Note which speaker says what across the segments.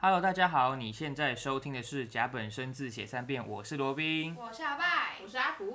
Speaker 1: Hello，大家好，你现在收听的是甲本生字写三遍，我是罗宾。
Speaker 2: 我是阿拜，我是阿福。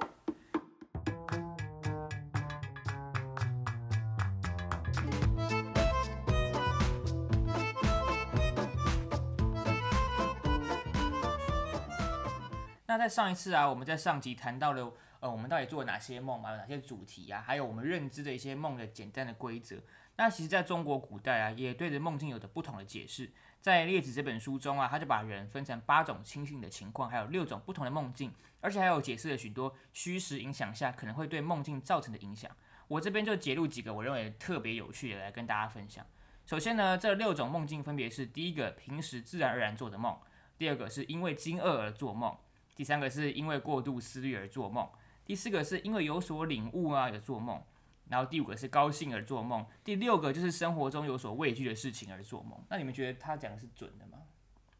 Speaker 1: 那在上一次啊，我们在上集谈到了，呃，我们到底做了哪些梦嘛，有哪些主题啊，还有我们认知的一些梦的简单的规则。那其实，在中国古代啊，也对着梦境有着不同的解释。在《列子》这本书中啊，他就把人分成八种清醒的情况，还有六种不同的梦境，而且还有解释了许多虚实影响下可能会对梦境造成的影响。我这边就截录几个我认为特别有趣的来跟大家分享。首先呢，这六种梦境分别是：第一个，平时自然而然做的梦；第二个，是因为惊愕而做梦；第三个是因为过度思虑而做梦，第四个是因为有所领悟啊而做梦，然后第五个是高兴而做梦，第六个就是生活中有所畏惧的事情而做梦。那你们觉得他讲的是准的吗？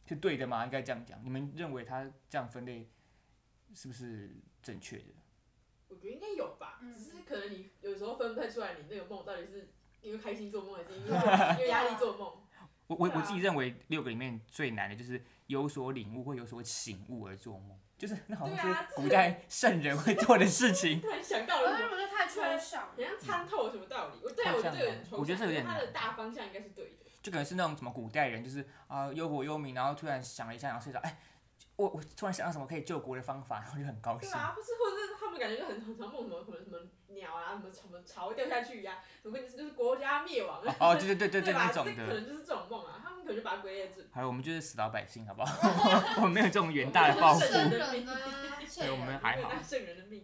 Speaker 1: 是对的吗？应该这样讲。你们认为他这样分类是不是正确的？
Speaker 3: 我觉得应该有吧，
Speaker 2: 嗯
Speaker 3: 只是可能你有时候分不太出来，你那个梦到底是因为开心做梦，还 是因为因为压
Speaker 2: 啊
Speaker 3: 力做梦？
Speaker 1: 我我
Speaker 2: 对啊
Speaker 1: 我自己认为六个里面最难的就是有所领悟或有所醒悟而做梦，就是那好像
Speaker 3: 对啊
Speaker 1: 是
Speaker 3: 这
Speaker 1: 古
Speaker 3: 个
Speaker 1: 代圣人会做的事情。
Speaker 3: 突然想到了
Speaker 2: 而
Speaker 3: 什
Speaker 2: 且哎
Speaker 3: 么，
Speaker 2: 我觉得太抽象，
Speaker 3: 好像参透什么道理。我对
Speaker 1: 好
Speaker 3: 我
Speaker 1: 像
Speaker 3: 觉得这个很
Speaker 1: 哦
Speaker 3: 抽象
Speaker 1: 我觉得这有点
Speaker 3: 它的
Speaker 1: 难
Speaker 3: 大方向应该是对的。
Speaker 1: 就可能是那种什么古代人，就是啊、忧国忧民，然后突然想了一下，然后睡着，哎，我我突然想到什么可以救国的方法，然后就很高
Speaker 3: 对
Speaker 1: 兴。
Speaker 3: 啊，不是，或者是他们感觉就很很常梦什么什么什么鸟啊，什么什么巢掉下去呀、什么就是国家灭亡啊，
Speaker 1: 哦，对对对对对，
Speaker 3: 对吧？
Speaker 1: 那
Speaker 3: 这
Speaker 1: 种
Speaker 3: 可
Speaker 1: 的。
Speaker 3: 能就是这种梦啊，他们可能就把它归类成
Speaker 1: 好了，我们就是死老百姓，好不好？ 我们没有这种远大的抱负。
Speaker 2: 圣人啊，圣
Speaker 1: 哎对我们
Speaker 2: 人。
Speaker 1: 还好
Speaker 3: 那圣人的命。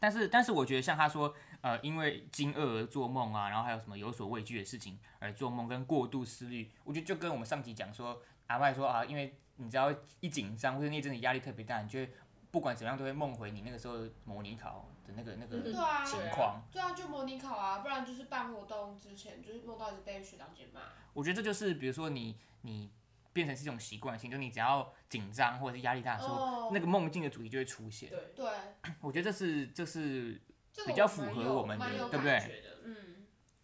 Speaker 1: 但是，但是我觉得像他说，呃，因为惊愕而做梦啊，然后还有什么有所畏惧的事情而做梦，跟过度思虑，我觉得就跟我们上集讲说，阿麦说啊，因为你只要一紧张，或者那阵子压力特别大，你就会不管怎么样都会梦回你那个时候模拟考的那个
Speaker 3: 嗯
Speaker 1: 那
Speaker 2: 对
Speaker 1: 个
Speaker 2: 啊，
Speaker 1: 情况。
Speaker 2: 对啊，就模拟考啊，不然就是办活动之前，就是梦到一直被学长姐骂。
Speaker 1: 我觉得这就是，比如说你你变成是一种习惯性，就你只要紧张或者是压力大的时候，
Speaker 2: 哦
Speaker 1: 那，个梦境的主题就会出现。
Speaker 3: 对，
Speaker 2: 对，
Speaker 1: 我觉得这是这是
Speaker 2: 这个
Speaker 1: 比较符合我
Speaker 2: 我
Speaker 1: 们
Speaker 2: 蛮
Speaker 1: 的
Speaker 2: 有蛮有
Speaker 1: 对不
Speaker 2: 感
Speaker 1: 对
Speaker 2: 觉的嗯，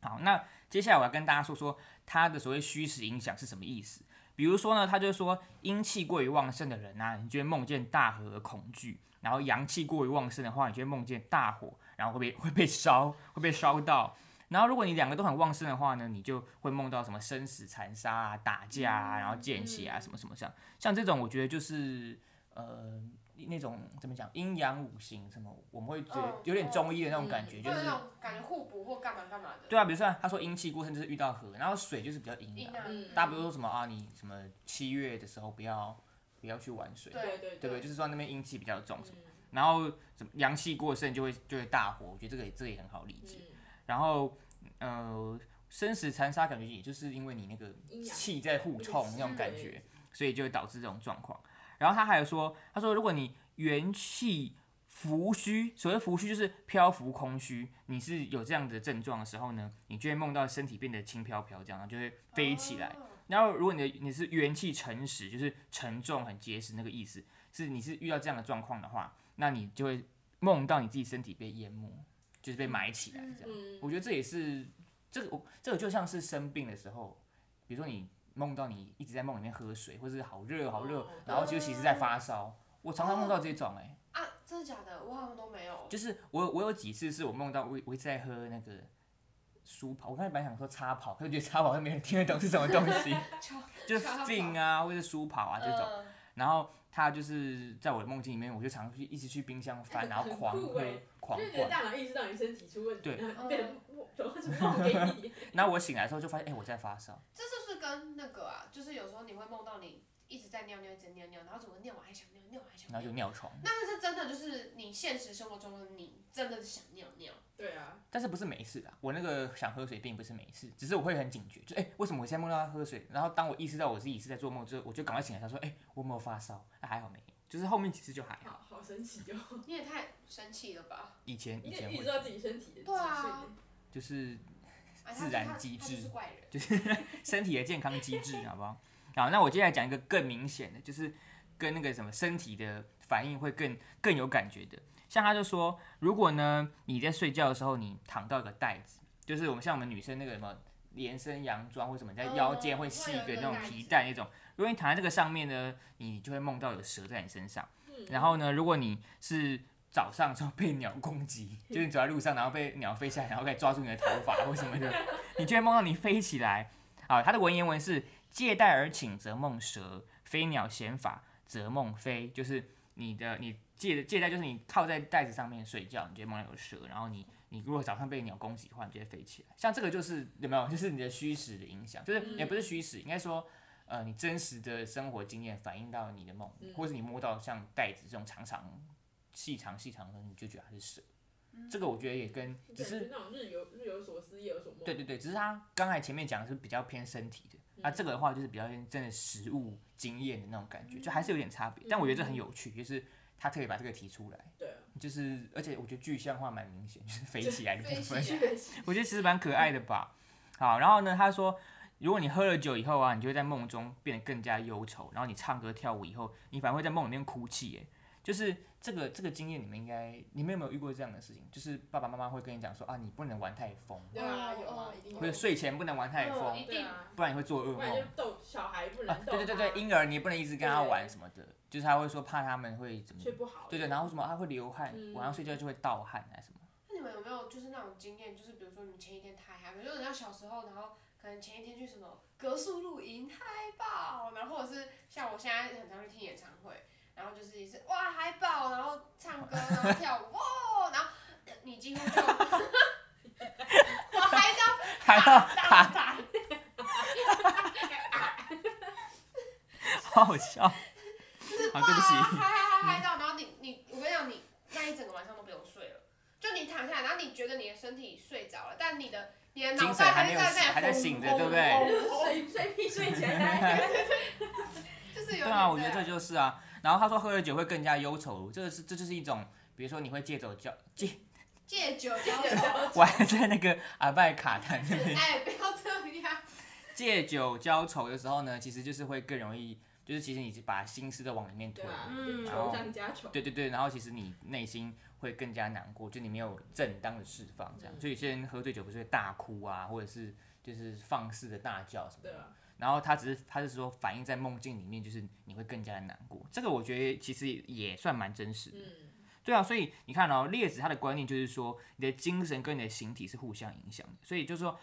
Speaker 1: 好。那接下来我要跟大家说说它的所谓虚实影响是什么意思。比如说呢，他就说阴气过于旺盛的人啊，你就会梦见大河而恐惧；然后阳气过于旺盛的话，你就会梦见大火，然后会被 会被烧，会被烧到。然后如果你两个都很旺盛的话呢，你就会梦到什么生死残杀啊、打架啊，然后见血啊，什么什么像像这种，我觉得就是呃那种怎么讲阴阳五行什么，我们会觉得
Speaker 2: 嗯
Speaker 1: 有点中医的那种感觉，
Speaker 2: 会
Speaker 1: 就
Speaker 2: 有
Speaker 1: 是
Speaker 2: 那种感觉互补或干嘛干嘛的。
Speaker 1: 对啊，比如说他说阴气过盛就是遇到河，然后水就是比较阴
Speaker 2: 硬
Speaker 1: 的啊、
Speaker 2: 啊，
Speaker 3: 嗯
Speaker 1: 大家不是说什么啊，你什么七月的时候不要不要去玩水，
Speaker 2: 对
Speaker 3: 对对
Speaker 1: 对不对？就是说那边阴气比较重，
Speaker 3: 嗯
Speaker 1: 然后怎么阳气过盛就会就会大火，我觉得这个也这个也很好理解。
Speaker 3: 嗯，
Speaker 1: 然后呃，生死残杀感觉也就是因为你那个
Speaker 3: 阴阳
Speaker 1: 气在互冲那种感
Speaker 3: 对
Speaker 1: 觉，所以就会导致这种状况。然后他还有说，他说如果你元气浮虚，所谓浮虚就是漂浮空虚，你是有这样的症状的时候呢，你就会梦到身体变得轻飘飘，这样然后就会飞起来。
Speaker 2: 哦
Speaker 1: 然后如果你的你是元气诚实，就是沉重很结实那个意思，是你是遇到这样的状况的话，那你就会梦到你自己身体被淹没，就是被埋起来这样。
Speaker 3: 嗯
Speaker 1: 我觉得这也是这个我这个就像是生病的时候，比如说你梦到你一直在梦里面喝水，或是好热好热
Speaker 3: 哦，
Speaker 1: 然后就其实在发烧。我常常梦到这种哎、
Speaker 2: 啊，真的假的？我好像都没 有。
Speaker 1: 就是我我有几次是我梦到我我一直在喝那个舒跑，我刚才本来想说擦跑，可是觉得擦跑又没人听得懂是什么东 西，就是
Speaker 2: 超好
Speaker 1: fin 啊或者舒跑啊这种。
Speaker 2: 嗯
Speaker 1: 然后他就是在我的梦境里面，我就常去一直去冰箱翻，然后
Speaker 3: 很
Speaker 1: 狂
Speaker 3: 酷
Speaker 1: 喝
Speaker 3: 欸
Speaker 1: 狂
Speaker 3: 就是你的
Speaker 1: 灌。
Speaker 3: 大脑意识到你身体出问题，
Speaker 1: 对
Speaker 3: 然后
Speaker 2: 嗯
Speaker 3: 变成 梦转换成梦给 你。
Speaker 1: 然后我醒来的时候就发现，哎、我在发烧。
Speaker 2: 这是不是跟那个啊？就是有时候你会梦到你一直在尿尿，一直尿尿，然后怎么尿完还想尿，尿完还想
Speaker 1: 然后
Speaker 2: 尿
Speaker 1: 就。尿床，
Speaker 2: 那个是真的，就是你现实生活中的你真的是想尿尿，
Speaker 3: 对啊，
Speaker 1: 但是不是没事啊？我那个想喝水并不是没事，只是我会很警觉，就哎、为什么我现在梦到他喝水？然后当我意识到我自己是在做梦之后，我就赶快醒来，他说，哎、我有没有发烧？那、还好没有，就是后面几次就还好。
Speaker 3: 好好神奇哦！
Speaker 2: 你也太生气了吧？
Speaker 1: 以前以
Speaker 3: 你
Speaker 1: 前
Speaker 3: 也预
Speaker 1: 会
Speaker 3: 知道自己身体的
Speaker 2: 对啊
Speaker 3: 资
Speaker 1: 就是
Speaker 2: 啊、
Speaker 1: 自然机
Speaker 2: 他就他他就
Speaker 1: 制
Speaker 2: 是怪人，
Speaker 1: 身体的健康机制，好不好？好，那我接下来讲一个更明显的，就是跟那个什么身体的反应会更更有感觉的。像他就说，如果呢你在睡觉的时候，你躺到一个袋子，就是我们像我们女生那个什么连身洋装或什么，在腰间会系一个那种皮带那种，如果你躺在这个上面呢，你就会梦到有蛇在你身上。
Speaker 3: 嗯
Speaker 1: 然后呢，如果你是早上之后被鸟攻击，就是你走在路上，然后被鸟飞下来，然后可以抓住你的头发或什么的， 你就会梦到你飞起来。啊，它的文言文是“借贷而寝则梦蛇，飞鸟衔法则梦飞”，就是你的你借借贷就是你靠在袋子上面睡觉，你就会梦到有蛇，然后你你如果早上被鸟攻击的话，你就会飞起来。像这个就是有没有，就是你的虚实的影响，就是
Speaker 3: 嗯
Speaker 1: 也不是虚实，应该说。呃，你真实的生活经验反映到你的梦，
Speaker 3: 嗯
Speaker 1: 或是你摸到像袋子这种长长、细长、细长的东西，你就觉得它是蛇。
Speaker 2: 嗯
Speaker 1: 这个我觉得也跟只
Speaker 3: 对就是那种日有日有所思夜有所梦。
Speaker 1: 对对对，只是他刚才前面讲的是比较偏身体的，
Speaker 2: 嗯
Speaker 3: 嗯
Speaker 1: 那、这个的话就是比较偏真的实物经验的那种感觉，就还是有点差
Speaker 2: 嗯
Speaker 1: 别。但我觉得这很有趣，就是他特别把这个提出来，
Speaker 3: 对 啊，
Speaker 1: 就是而且我觉得具象化蛮明显，就是飞起来的部
Speaker 2: 飞起
Speaker 1: 分
Speaker 2: 来，
Speaker 3: 确
Speaker 2: 哦
Speaker 3: 实
Speaker 1: 我觉得其实蛮可爱的吧。好，然后呢，他说，如果你喝了酒以后啊，你就会在梦中变得更加忧愁，然后你唱歌跳舞以后，你反而会在梦里面哭泣，哎，就是这个这个经验，你们应该你们有没有遇过这样的事情？就是爸爸妈妈会跟你讲说啊，你不能玩太疯，
Speaker 3: 对啊，有啊，一定
Speaker 1: 或者
Speaker 3: 有。
Speaker 1: 睡前不能玩太
Speaker 2: 嗯
Speaker 1: 疯
Speaker 2: 一，
Speaker 3: 对啊，
Speaker 1: 不然你会做噩
Speaker 3: 不然就
Speaker 1: 梦。
Speaker 3: 逗小孩不
Speaker 1: 啊
Speaker 3: 能，逗
Speaker 1: 对对对
Speaker 3: 他
Speaker 1: 对，婴儿你也不能一直跟他
Speaker 3: 对
Speaker 1: 玩什么的，就是他会说怕他们会怎么，
Speaker 3: 睡不好。
Speaker 1: 对对，然后什么他会流汗，晚上睡觉就会盗汗啊 什么。
Speaker 2: 那你们有没有就是那种经验？就是比如说你们前一天太嗨，比如说人家小时候，然后可能前一天去什么格数露营嗨爆，然后或者是像我现在很常去听演唱会，然后就是也是哇嗨爆，然后唱歌，然后跳舞，哇，然后呃你几乎就 我嗨到
Speaker 1: 还要
Speaker 2: 打打，
Speaker 1: 好好笑，好
Speaker 2: 就是哇
Speaker 1: 对不起
Speaker 2: 嗨。嗨嗨嗨到，然后你你我跟你讲，你那一整个晚上都不用睡了，就你躺下来，然后你觉得你的身体睡着了，但你的你的脑
Speaker 1: 精神
Speaker 2: 袋
Speaker 1: 还没
Speaker 2: 是
Speaker 1: 有
Speaker 2: 在
Speaker 1: 醒还
Speaker 2: 那里
Speaker 1: 在
Speaker 2: 轰
Speaker 1: 醒着
Speaker 2: 轰
Speaker 1: 对不对
Speaker 2: 轰
Speaker 3: 睡 睡屁睡起来，
Speaker 2: 就是有
Speaker 1: 对啊，
Speaker 2: 点
Speaker 1: 我觉得这
Speaker 2: 样
Speaker 1: 就是啊。然后他说喝了酒会更加忧愁，这个是这就是一种，比如说你会借酒浇 借，
Speaker 2: 戒酒戒
Speaker 3: 有
Speaker 2: 酒，
Speaker 1: 我还在那个阿拜卡谈那边
Speaker 2: 哎，不要这样，
Speaker 1: 借酒浇愁的时候呢，其实就是会更容易，就是其实你把心思都往里面推
Speaker 3: 对，啊，
Speaker 2: 嗯
Speaker 3: 就上加球。
Speaker 1: 对对对，然后其实你内心会更加难过，就你没有正当的释放，
Speaker 3: 嗯
Speaker 1: 这样。所以有些人喝醉酒不是会大哭啊，或者是就是放肆的大叫什么
Speaker 3: 对
Speaker 1: 的。
Speaker 3: 啊，
Speaker 1: 然后他只是他是说反映在梦境里面，就是你会更加的难过。这个我觉得其实也算蛮真实的。
Speaker 3: 嗯，
Speaker 1: 对啊，所以你看哦，列子他的观念就是说，你的精神跟你的形体是互相影响的，所以就是说，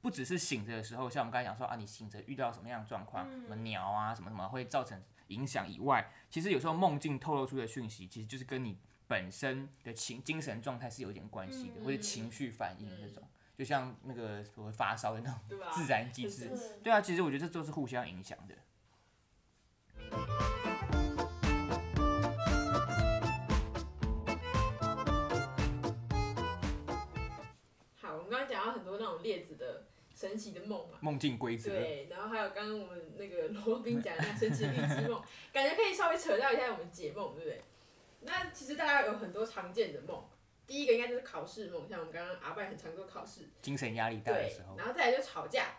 Speaker 1: 不只是醒着的时候，像我们刚才讲说啊，你醒着遇到什么样的状况，什么鸟啊，什么什么会造成影响以外，其实有时候梦境透露出的讯息，其实就是跟你本身的情精神状态是有一点关系的，
Speaker 2: 嗯
Speaker 1: 或者情绪反应这种，就像那个所谓发烧的那 种
Speaker 3: 对吧？
Speaker 1: 自然机制
Speaker 3: 嗯，
Speaker 1: 对啊，其实我觉得这都是互相影响的。
Speaker 3: 好，我们刚刚讲到很多那种列子的神奇的梦嘛。
Speaker 1: 梦境规则，
Speaker 3: 对，然后还有刚刚我们那个罗宾讲的那神奇的预知梦，感觉可以稍微扯到一下我们解梦，对不对？那其实大家有很多常见的梦，第一个应该就是考试梦，像我们刚刚阿拜很常做考试，
Speaker 1: 精神压力大的
Speaker 3: 对
Speaker 1: 时，候，
Speaker 3: 然后再来就吵架，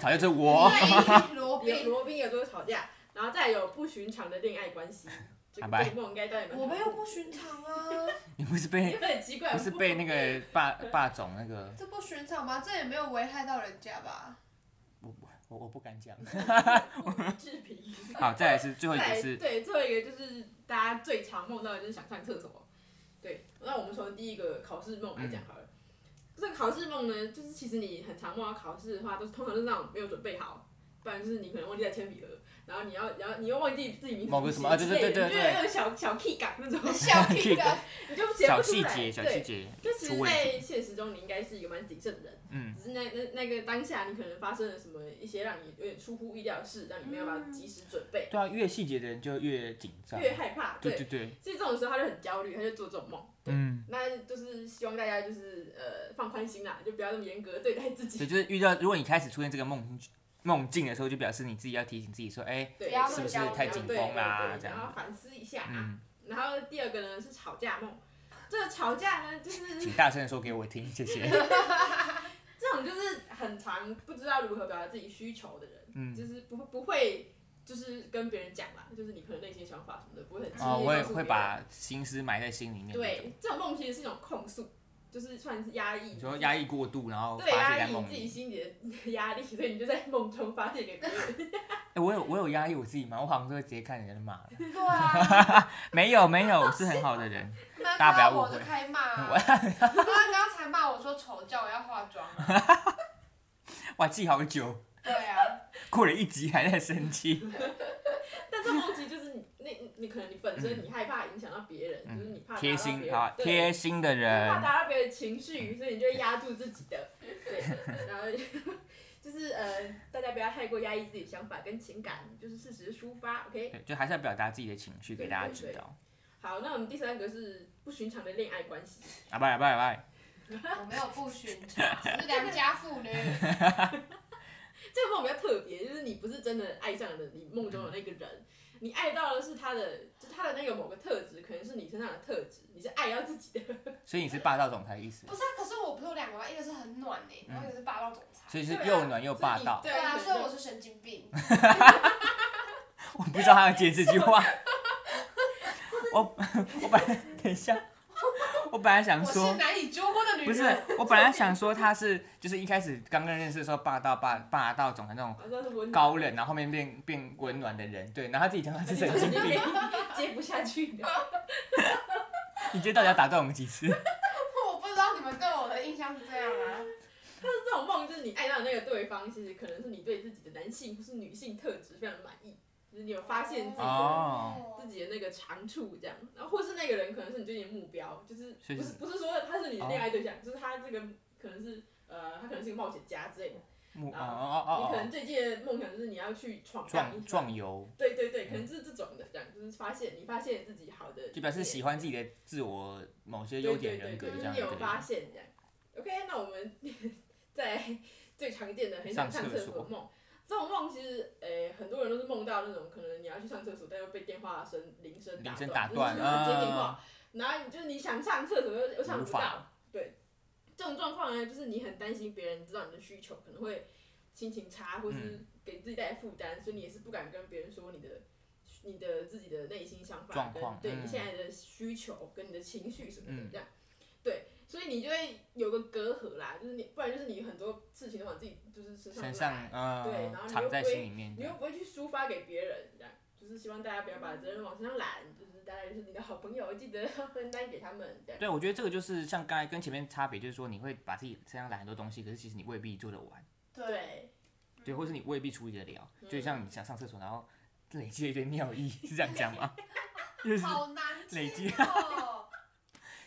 Speaker 1: 好像是我
Speaker 2: 对，罗
Speaker 3: 有
Speaker 2: 宾，
Speaker 3: 罗宾有做吵架，然后再有不寻常的恋爱关系，这个
Speaker 1: 阿拜
Speaker 3: 这个梦应该大家
Speaker 2: 我没有不寻常啊，
Speaker 1: 你不是被
Speaker 3: 有点奇 怪，
Speaker 1: 不是被那个 霸霸总那个，
Speaker 2: 这不寻常吗？这也没有危害到人家吧？
Speaker 1: 我我不敢讲。
Speaker 3: 不置评。
Speaker 1: 好，再来是最后一
Speaker 3: 再
Speaker 1: 个
Speaker 3: 来
Speaker 1: 是，
Speaker 3: 对，最后一个就是大家最常梦到的就是想上厕所。对，那我们从第一个考试梦来
Speaker 1: 嗯
Speaker 3: 讲好了。这个考试梦呢，就是其实你很常梦到考试的话，都是通常都是那种没有准备好，不然就是你可能忘记带铅笔了，然后你要，然后你又忘记自己名字
Speaker 1: 某个什么啊对对对对
Speaker 3: 之类的你就有一个小小 key 感那种，
Speaker 2: 小屁的，
Speaker 3: 你就写
Speaker 1: 小
Speaker 3: 不出
Speaker 1: 细
Speaker 3: 来。
Speaker 1: 节，小细
Speaker 3: 对，
Speaker 1: 节
Speaker 3: 就其
Speaker 1: 出
Speaker 3: 实，
Speaker 1: 问题
Speaker 3: 在现实中你应该是一个蛮谨慎的人，
Speaker 1: 嗯，
Speaker 3: 只是那那那个当下你可能发生了什么一些让你有点出乎意料的事，让你没有办法及时准备，
Speaker 1: 对啊，越细节的人就越紧张。
Speaker 3: 越害怕。
Speaker 1: 对对啊对，
Speaker 3: 所以这种时候他就很焦虑，他就做这种梦。对，
Speaker 1: 嗯，
Speaker 3: 那就是希望大家就是呃放宽心啦，就不要那么严格对待自
Speaker 1: 所以
Speaker 3: 己。
Speaker 1: 就是遇到，如果你开始出现这个梦梦境的时候，就表示你自己要提醒自己说，哎，
Speaker 3: 对，
Speaker 2: 不要
Speaker 1: 是不是
Speaker 2: 那么焦虑
Speaker 1: 太紧绷啦？
Speaker 3: 对对对
Speaker 1: 这
Speaker 3: 然后
Speaker 1: 样，
Speaker 3: 反思一下。啊
Speaker 1: 嗯，
Speaker 3: 然后第二个呢是吵架梦，这个吵架呢就是
Speaker 1: 请大声的说给我听，谢 谢。
Speaker 3: 这种就是很常不知道如何表达自己需求的人，
Speaker 1: 嗯，
Speaker 3: 就是不不会就是跟别人讲啦，就是你可能内心的想法什么的不会很轻易
Speaker 1: 啊，我也
Speaker 3: 告诉别
Speaker 1: 会
Speaker 3: 人。
Speaker 1: 把心思埋在心里面。，
Speaker 3: 对这种梦其实是一种控诉，就是算是压抑，
Speaker 1: 你说压抑过度，然后
Speaker 3: 对
Speaker 1: 发泄
Speaker 3: 压
Speaker 1: 在
Speaker 3: 抑你
Speaker 1: 梦
Speaker 3: 自己
Speaker 1: 里。
Speaker 3: 心里的 压力，所以你就在梦中发泄给别人。
Speaker 1: 哎、我有我有压抑我自己吗？我好像都会直接看人家就骂了。
Speaker 2: 对啊，
Speaker 1: 没有没有，我是很好的人。大家
Speaker 2: 大
Speaker 1: 不要误
Speaker 2: 我
Speaker 1: 会
Speaker 2: 就开骂、啊，他刚才骂我说丑，叫我要化妆啊。
Speaker 1: 哇，记好久，
Speaker 2: 对啊，
Speaker 1: 过了一集还在生气。
Speaker 3: 但这梦其实就是你那，你你可能你本身你害怕影响到别人，就是你
Speaker 1: 嗯
Speaker 3: 怕，打
Speaker 1: 贴
Speaker 3: 扰别
Speaker 1: 心
Speaker 3: 人
Speaker 1: 啊，
Speaker 3: 对
Speaker 1: 贴心的
Speaker 3: 怕
Speaker 1: 人。嗯
Speaker 3: 达到别人情绪，所以你就会压住自己的， 对，然后 就是呃，大家不要太过压抑自己的想法跟情感，就是适时地抒发，OK。
Speaker 1: 对，就还是要表达自己的情绪给大家知
Speaker 3: 对对
Speaker 1: 道。
Speaker 3: 好，那我们第三个是不寻常的恋爱关系，
Speaker 1: 啊，拜拜拜。
Speaker 2: 我没有不寻常，只是良家妇女。
Speaker 3: 这个梦比较特别，就是你不是真的爱上了你梦中的那个人，你爱到的是他的，就是他的那个某个特质，可能是你身上的特质，你是爱到自己的，
Speaker 1: 所以你是霸道总裁的 意思
Speaker 2: 不，是啊，可是我不是有两个吗？一个是很暖呢、
Speaker 1: 嗯
Speaker 2: 然后一个是霸道总裁。
Speaker 1: 所以是又暖又霸道。
Speaker 3: 对
Speaker 2: 对
Speaker 3: 啊，
Speaker 2: 啊，
Speaker 3: 所
Speaker 2: 所
Speaker 3: 以
Speaker 2: 以我
Speaker 3: 我
Speaker 2: 是神经病。
Speaker 1: 我不知道他要接这句 话。我我本来 等一下，我本来想
Speaker 2: 我是
Speaker 1: 说，
Speaker 2: 难以捉摸的女
Speaker 1: 不是
Speaker 2: 人。，
Speaker 1: 我本来想说他是就是一开始刚刚认识的时候霸道霸霸道总裁那种
Speaker 3: 好像是温
Speaker 1: 高冷，然后后面变变温暖的人，对，然后他自己讲他是神经 病，
Speaker 3: 接不下去的。
Speaker 1: 你今天到底要打断我们几 次？
Speaker 2: 我不知道你们对我的印象是这样啊。
Speaker 3: 就是这种梦，就是你爱到的那个对方，其实可能是你对自己的男性或是女性特质非常的满意，就是你有发现自己的、
Speaker 1: 哦
Speaker 3: 自己的那个长处这样，然后或是那个人可能是你最近的目标，就是
Speaker 1: 所以
Speaker 3: 不
Speaker 1: 是哦
Speaker 3: 是不是说他是你的恋爱对象，就是他这个可能是呃他可能是一个冒险家之类的，
Speaker 1: 木哦
Speaker 3: 啊
Speaker 1: 哦
Speaker 3: 你可
Speaker 1: 哦
Speaker 3: 能最近的梦想就是你要去闯
Speaker 1: 哦，
Speaker 3: 荡一
Speaker 1: 壮壮
Speaker 3: 番。
Speaker 1: 游，
Speaker 3: 对对对，可能就是这种的，这样就是发现你发现自己好的一面，
Speaker 1: 嗯就表示喜欢自己的自我某些
Speaker 3: 对
Speaker 1: 优
Speaker 3: 对
Speaker 1: 点
Speaker 3: 对，
Speaker 1: 人格
Speaker 3: 就是
Speaker 1: 这样
Speaker 3: 你有发
Speaker 1: 对。
Speaker 3: 现这样。OK，那我们 在最常见的很想上厕所的梦，这种梦其实诶、很多人都是梦到那种可能你要去上厕所，但又被电话声铃声
Speaker 1: 铃声打
Speaker 3: 打
Speaker 1: 断
Speaker 3: 就是有人接电
Speaker 1: 啊
Speaker 3: 话，然后你就是你想上厕所又又上
Speaker 1: 无
Speaker 3: 不
Speaker 1: 法
Speaker 3: 到，对，这种状况呢，就是你很担心别人知道你的需求，可能会心情差，或是
Speaker 1: 嗯
Speaker 3: 给自己带来负担，所以你也是不敢跟别人说你的。你的自己的内心想
Speaker 1: 状
Speaker 3: 法跟
Speaker 1: 况
Speaker 3: 对
Speaker 1: 嗯
Speaker 3: 你现在的需求跟你的情绪什么的
Speaker 1: 嗯
Speaker 3: 这样，对，所以你就会有个隔阂啦，就是你不然就是你很多事情都往自己就是身上
Speaker 1: 身上
Speaker 3: 揽，对
Speaker 1: 嗯
Speaker 3: 然后，你
Speaker 1: 藏
Speaker 3: 又
Speaker 1: 在
Speaker 3: 不会
Speaker 1: 心里面
Speaker 3: 你
Speaker 1: 这
Speaker 3: 又
Speaker 1: 样，
Speaker 3: 不会去抒发给别人这样，就是希望大家不要把责任往身上揽，就是大家也是你的好朋友，记得要分担给他们这样。
Speaker 1: 对，我觉得这个就是像刚才跟前面差别，就是说你会把自己身上揽很多东西，可是其实你未必做得完，
Speaker 2: 对，
Speaker 3: 对，
Speaker 1: 对，或是你未必处理得了。就
Speaker 3: 嗯
Speaker 1: 像你想上厕所，然后累积了一堆尿意，是这样讲 吗？就是
Speaker 2: 好难
Speaker 1: 累积
Speaker 2: 听哦。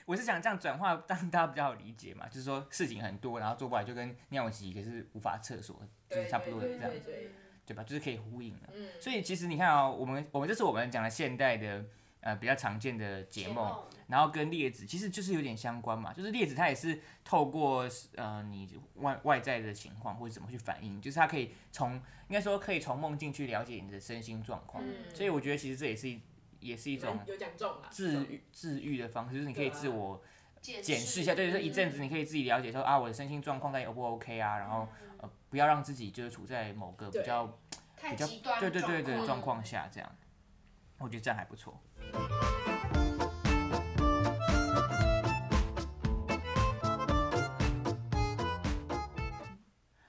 Speaker 1: 我是想这样转化，让大家比较好理解嘛，就是说事情很多，然后做不来就跟尿急，可是无法厕所，就是
Speaker 3: 对
Speaker 1: 差不多的
Speaker 3: 对
Speaker 1: 这样，
Speaker 3: 对对
Speaker 1: 对吧？就是可以呼应了。
Speaker 3: 嗯，
Speaker 1: 所以其实你看啊、我们我们这是我们讲的现代的呃比较常见的解梦，然后跟列子其实就是有点相关嘛，就是列子它也是透过呃你外外在的情况或者怎么去反应，就是它可以从应该说可以从梦境去了解你的身心状况，
Speaker 3: 嗯
Speaker 1: 所以我觉得其实这也是一也是一种
Speaker 3: 有讲中啦，
Speaker 1: 治愈治愈的方式，就是你可以
Speaker 3: 对啊
Speaker 1: 自我
Speaker 2: 解嗯
Speaker 1: 检视一下，对，就是一阵子你可以自己了解说啊，我的身心状况到底 O 不 OK 啊，然后呃不要让自己就是处在某个比
Speaker 3: 对
Speaker 1: 较
Speaker 2: 太
Speaker 1: 比较
Speaker 2: 极端
Speaker 1: 对
Speaker 2: 的
Speaker 1: 对对
Speaker 2: 啊状
Speaker 1: 对
Speaker 2: 况
Speaker 1: 状况下这样，我觉得这样还不错。